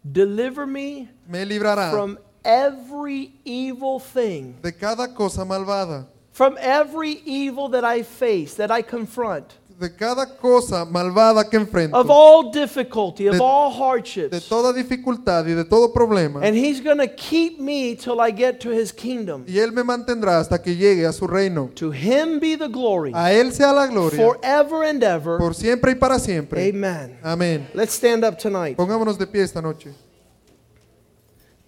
S3: deliver me
S4: me librará
S3: from every evil thing,
S4: de cada cosa malvada,
S3: from every evil that I face, that I confront,
S4: de cada cosa malvada que
S3: of
S4: enfrento,
S3: all difficulty, of
S4: De-
S3: all
S4: de
S3: hardships.
S4: toda dificultad y de todo problema.
S3: And he's going to keep me till I get to his kingdom.
S4: Y él me mantendrá hasta que llegue a su reino.
S3: To him be the glory
S4: A él sea la gloria
S3: forever and ever.
S4: por siempre y para siempre. Ah.
S3: Amen.
S4: Amén.
S3: Let's stand up tonight.
S4: Pongámonos de pie esta noche.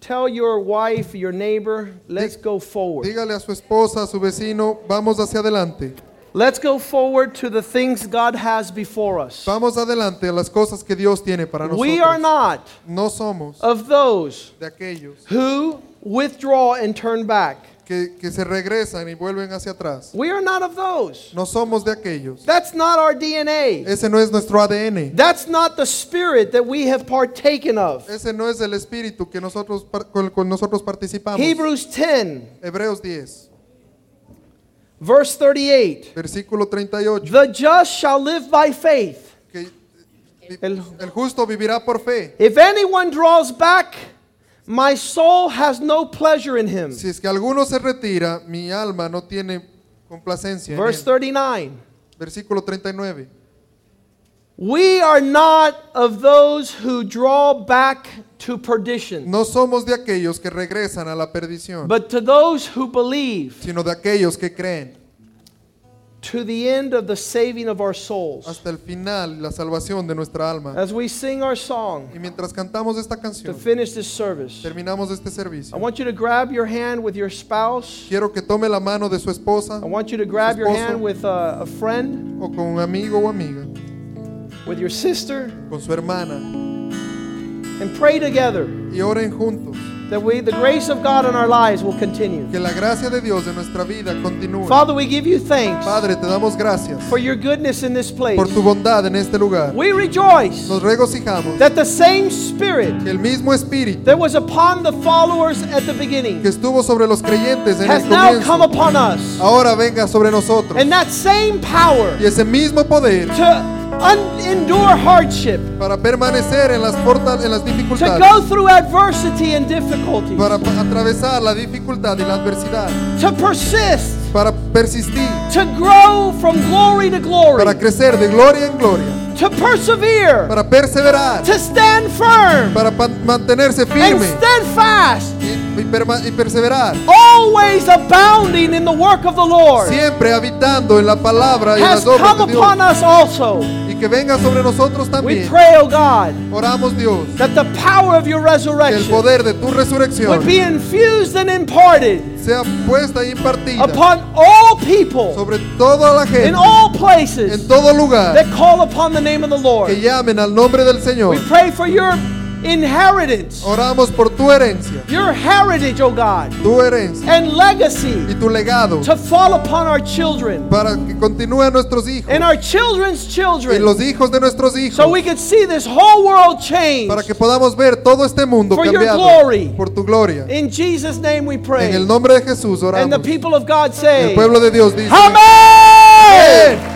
S3: Tell your wife, your neighbor, let's go forward.
S4: Dígale a su esposa, a su vecino, vamos hacia adelante.
S3: Let's go forward to the things God has before us.
S4: Vamos adelante a las cosas que Dios tiene para
S3: We are
S4: nosotros.
S3: not
S4: No somos
S3: of those
S4: de aquellos
S3: who withdraw and turn back.
S4: que, que se regresan y vuelven hacia atrás.
S3: We are not of those.
S4: No somos de aquellos.
S3: That's not our DNA.
S4: Ese no es nuestro ADN.
S3: That's not the spirit that we have partaken of.
S4: Ese no es el espíritu que nosotros par- con, con nosotros participamos.
S3: Hebrews 10,
S4: Hebreos 10,
S3: verse 38.
S4: versículo 38.
S3: The just shall live by faith.
S4: Que eh, vi-
S3: El-
S4: el justo vivirá por fe.
S3: If anyone draws back, my soul has no pleasure in him.
S4: Si es que alguno se retira, mi alma no tiene complacencia. en
S3: Verse
S4: él.
S3: 39.
S4: Versículo 39.
S3: We are not of those who draw back to perdition,
S4: No somos de aquellos que regresan a la perdición,
S3: but to those who believe
S4: sino de aquellos que creen
S3: to the end of the saving of our souls.
S4: hasta el final la salvación de nuestra alma.
S3: As we sing our song
S4: Y mientras cantamos esta
S3: to
S4: canción,
S3: finish this service,
S4: terminamos este
S3: I
S4: servicio.
S3: want you to grab your hand with your spouse.
S4: Quiero que tome la mano de su esposa
S3: I want you to grab your
S4: Esposo.
S3: hand with a, a friend,
S4: o con un amigo o amiga,
S3: with your sister,
S4: con su hermana,
S3: and pray together
S4: y oren juntos.
S3: that we, the grace of God in our lives will continue.
S4: Que la gracia de Dios de nuestra vida continúe.
S3: Father, we give you thanks
S4: Padre, te damos gracias
S3: for your goodness in this place.
S4: por tu bondad en este lugar.
S3: We rejoice
S4: Nos regocijamos
S3: that the same Spirit
S4: que el mismo Espíritu
S3: that was upon the followers at the beginning
S4: que estuvo sobre los creyentes en el
S3: has now come
S4: comienzo,
S3: upon us.
S4: ahora venga sobre nosotros.
S3: And that same power
S4: Y ese mismo poder
S3: to un- endure hardship,
S4: para permanecer en las, forta- en las
S3: to
S4: dificultades,
S3: go through adversity and difficulty,
S4: para pa- atravesar la dificultad y la adversidad,
S3: to persist,
S4: para persistir,
S3: to grow from glory to glory,
S4: para crecer de gloria en gloria,
S3: to persevere,
S4: para perseverar,
S3: to stand firm
S4: para pa- mantenerse
S3: and
S4: firme
S3: steadfast,
S4: y, y perma- y perseverar,
S3: always abounding in the work of the Lord,
S4: siempre habitando en la palabra y
S3: has
S4: las obras
S3: come
S4: de Dios.
S3: upon us also.
S4: Y que venga sobre nosotros
S3: We
S4: también.
S3: pray, O God,
S4: Oramos Dios,
S3: that the power of your
S4: que el
S3: resurrection
S4: poder de tu
S3: would
S4: resurrección
S3: be infused and imparted
S4: sea puesta y impartida
S3: upon all people
S4: sobre toda la
S3: in
S4: gente,
S3: all
S4: en
S3: places
S4: todo lugar.
S3: that call upon the name of the
S4: que
S3: Lord.
S4: llamen al nombre del Señor.
S3: We pray for your inheritance,
S4: Oramos por tu herencia,
S3: your heritage, O God,
S4: tu herencia
S3: and
S4: y
S3: legacy
S4: tu legado
S3: to fall upon our children
S4: para que continúen nuestros hijos
S3: and our children's
S4: y
S3: children
S4: los hijos de nuestros hijos
S3: so we can see this whole world change.
S4: para que podamos ver todo este mundo
S3: For your
S4: cambiado
S3: glory.
S4: por tu gloria.
S3: In Jesus' name we
S4: En el
S3: pray.
S4: nombre de Jesús
S3: And the
S4: oramos.
S3: people of God
S4: El
S3: say,
S4: pueblo de Dios dice.
S3: Amen!